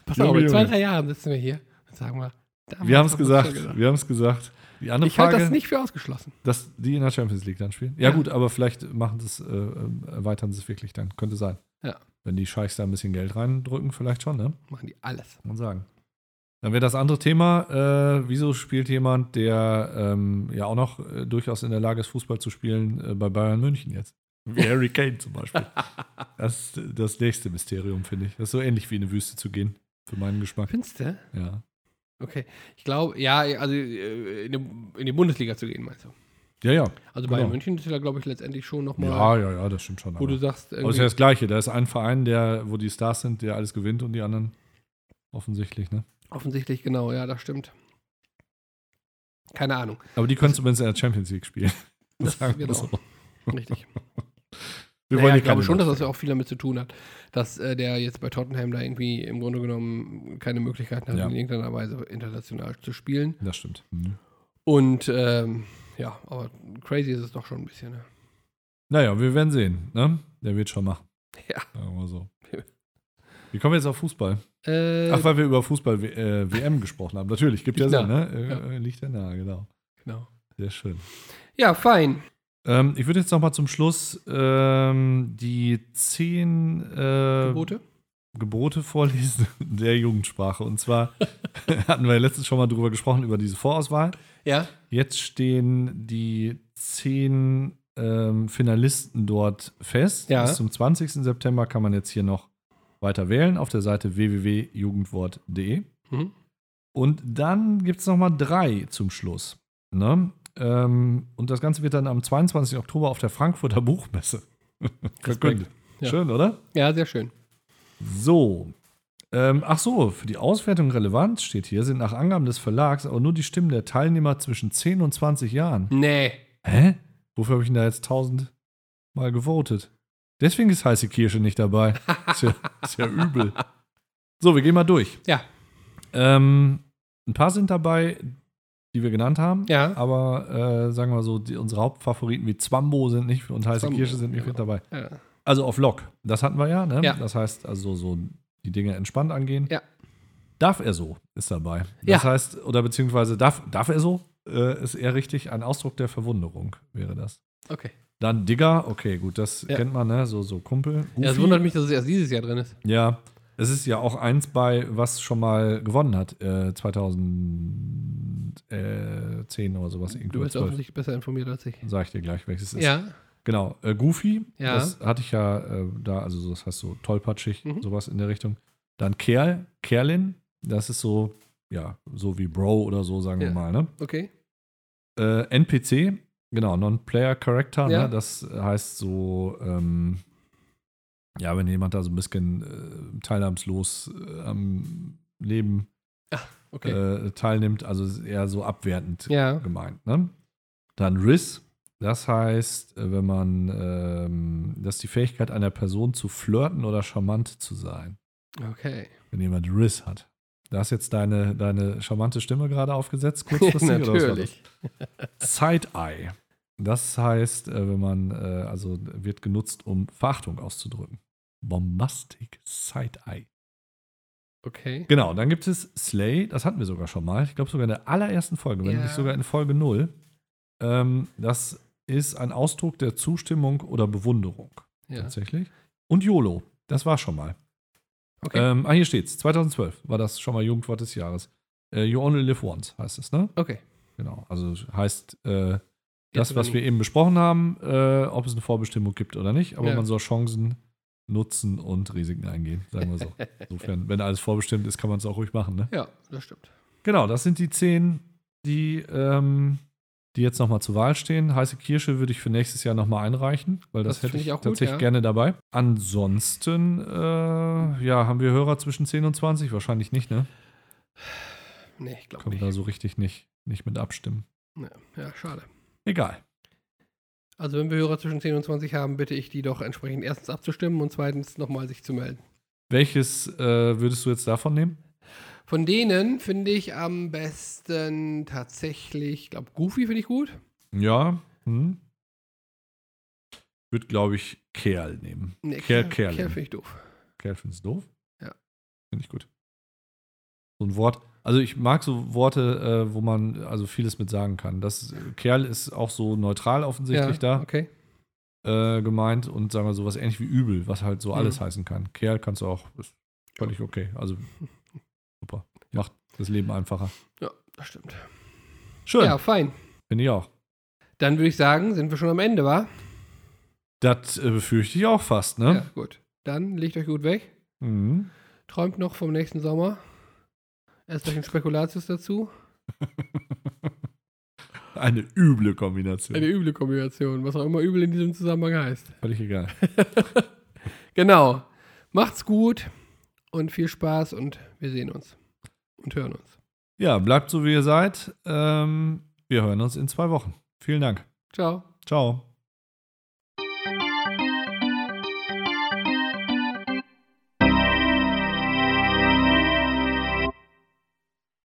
Pass auf, Junge, in zwei, Junge. drei Jahren sitzen wir hier und sagen mal, damals Wir haben es hast du's gesagt, schon wir haben es gesagt. Die andere genau. Ich halte Frage, das nicht für ausgeschlossen. dass die in der Champions League dann spielen. Ja, Ja. gut, aber vielleicht machen sie es, äh, äh, erweitern sie es wirklich dann. Könnte sein. Ja. Wenn die Scheichs da ein bisschen Geld reindrücken, vielleicht schon, ne? Machen die alles. Kann man sagen. Dann wäre das andere Thema, äh, wieso spielt jemand, der ähm, ja auch noch äh, durchaus in der Lage ist, Fußball zu spielen, äh, bei Bayern München jetzt? Wie Harry Kane zum Beispiel. Das ist das nächste Mysterium, finde ich. Das ist so ähnlich wie in eine Wüste zu gehen, für meinen Geschmack. Findest du? Ja. Okay. Ich glaube, ja, also äh, in, die- in die Bundesliga zu gehen, meinst du? Ja, ja. Also Bayern Genau. München ist ja, glaube ich, letztendlich schon nochmal, Ja, ja, ja, das stimmt schon. wo aber- du sagst, Aber es ist irgendwie, ja das Gleiche. Da ist ein Verein, der, wo die Stars sind, der alles gewinnt und die anderen offensichtlich, ne? offensichtlich genau, ja, das stimmt. Keine Ahnung. Aber die können zumindest in der Champions League spielen. Das, Sagen wir genau, so. richtig. Wir naja, hier ich glaube keine schon, dass das ja Leute. auch viel damit zu tun hat, dass äh, der jetzt bei Tottenham da irgendwie im Grunde genommen keine Möglichkeiten hat, Ja. in irgendeiner Weise international zu spielen. Das stimmt. Mhm. Und ähm, ja, aber crazy ist es doch schon ein bisschen. Ne? Naja, wir werden sehen, ne? Der wird schon machen. Ja. Sagen wir so. Wie kommen wir jetzt auf Fußball? Äh, Ach, weil wir über Fußball W- äh, WM gesprochen haben. Natürlich, gibt ja Liegt Sinn, nah. ne? Äh, äh, Liegt ja nahe, genau. genau. Sehr schön. Ja, fein. Ähm, ich würde jetzt nochmal zum Schluss ähm, die zehn äh, Gebote. Gebote vorlesen der Jugendsprache. Und zwar hatten wir ja letztens schon mal drüber gesprochen, über diese Vorauswahl. Ja. Jetzt stehen die zehn ähm, Finalisten dort fest. Ja. Bis zum 20. September kann man jetzt hier noch weiter wählen auf der Seite www.jugendwort.de. Mhm. Und dann gibt es nochmal drei zum Schluss. Ne? Ähm, und das Ganze wird dann am 22. Oktober auf der Frankfurter Buchmesse verkündet. Ja. Schön, oder? Ja, sehr schön. So. Ähm, ach so, für die Auswertung relevant steht hier, sind nach Angaben des Verlags aber nur die Stimmen der Teilnehmer zwischen 10 und 20 Jahren. Nee. Hä? Wofür habe ich denn da jetzt 1000 Mal gewotet? Deswegen ist heiße Kirsche nicht dabei. Ist ja, ist ja übel. So, wir gehen mal durch. Ja. Ähm, ein paar sind dabei, die wir genannt haben. Ja. Aber äh, sagen wir so, die, unsere Hauptfavoriten wie Zwambo sind nicht und heiße Zwambo, Kirsche sind nicht mit genau. dabei. Ja. Also auf Lock. Das hatten wir ja, ne? Ja. Das heißt, also so die Dinge entspannt angehen. Ja. Darf er so, ist dabei. Ja. Das heißt, oder beziehungsweise darf, darf er so, äh, ist eher richtig ein Ausdruck der Verwunderung, wäre das. Okay. Dann Digger, okay, gut, das Ja. kennt man, ne? So, so Kumpel. Ja, es Goofy. wundert mich, dass es erst dieses Jahr drin ist. Ja, es ist ja auch eins bei, was schon mal gewonnen hat, äh, 2010 oder sowas. Du Irgendwie bist 12. offensichtlich besser informiert als ich. Sag ich dir gleich, welches es ist. Ja. Genau, äh, Goofy, Ja. das hatte ich ja äh, da, also so, das heißt so tollpatschig, Mhm. sowas in der Richtung. Dann Kerl, Kerlin, das ist so, ja, so wie Bro oder so, sagen Ja. wir mal, ne? Okay. Äh, NPC, genau, Non-Player Character, Ja. ne? das heißt so, ähm, ja, wenn jemand da so ein bisschen äh, teilnahmslos äh, am Leben Okay. äh, teilnimmt, also ist eher so abwertend ja. gemeint. Ne? Dann Riss, das heißt, äh, wenn man, ähm, das ist die Fähigkeit einer Person zu flirten oder charmant zu sein, Okay. wenn jemand Riss hat. Da hast jetzt deine, deine charmante Stimme gerade aufgesetzt, kurzfristig. oder was war das? Side-Eye. Das heißt, äh, wenn man, äh, also wird genutzt, um Verachtung auszudrücken. Bombastic Side-Eye. Okay. Genau, dann gibt es Slay, das hatten wir sogar schon mal. Ich glaube sogar in der allerersten Folge, wenn Ja. nicht sogar in Folge 0. Ähm, das ist ein Ausdruck der Zustimmung oder Bewunderung. Ja. Tatsächlich. Und YOLO, das war schon mal. Okay. Ähm, ah, hier steht's. 2012 war das schon mal Jugendwort des Jahres. Äh, you only live once heißt es, ne? Okay. Genau. Also heißt, äh, Jetzt das, oder was nie. wir eben besprochen haben, äh, ob es eine Vorbestimmung gibt oder nicht, aber Ja. man soll Chancen nutzen und Risiken eingehen, sagen wir so. Insofern, wenn alles vorbestimmt ist, kann man es auch ruhig machen. Ne? Ja, das stimmt. Genau, das sind die zehn, die, ähm, die jetzt nochmal zur Wahl stehen. Heiße Kirsche würde ich für nächstes Jahr nochmal einreichen, weil das, Das hätte finde ich ich auch gut, tatsächlich ja. gerne dabei. Ansonsten, äh, ja, haben wir Hörer zwischen 10 und 20? Wahrscheinlich nicht, ne? Nee, ich glaube Können wir nicht. da so richtig nicht, nicht mit abstimmen. Nee. Ja, schade. Egal. Also wenn wir Hörer zwischen 10 und 20 haben, bitte ich die doch entsprechend erstens abzustimmen und zweitens nochmal sich zu melden. Welches äh, würdest du jetzt davon nehmen? Von denen finde ich am besten tatsächlich, ich glaube, Goofy finde ich gut. Ja. Hm. Würde, glaube ich, Kerl nehmen. Nee, Kerl- Kerl Kerlin. Kerl finde ich doof. Kerl findest du doof? Ja. Finde ich gut. So ein Wort. Also ich mag so Worte, äh, wo man also vieles mit sagen kann. Das Kerl ist auch so neutral offensichtlich Okay. da äh, gemeint und sagen wir so was ähnlich wie übel, was halt so Mhm. alles heißen kann. Kerl kannst du auch, ist völlig okay. Also super. Macht das Leben einfacher. Ja, das stimmt. Schön, Ja, fein. finde ich auch. Dann würde ich sagen, sind wir schon am Ende, wa? Das äh, befürchte ich auch fast, ne? gut. Dann legt euch gut weg. Mhm. Träumt noch vom nächsten Sommer. Erst durch den Spekulatius dazu. Eine üble Kombination. Eine üble Kombination, was auch immer übel in diesem Zusammenhang heißt. Völlig egal. Genau. Macht's gut und viel Spaß und wir sehen uns und hören uns. Ja, bleibt so, wie ihr seid. Ähm, wir hören uns in zwei Wochen. Vielen Dank. Ciao. Ciao.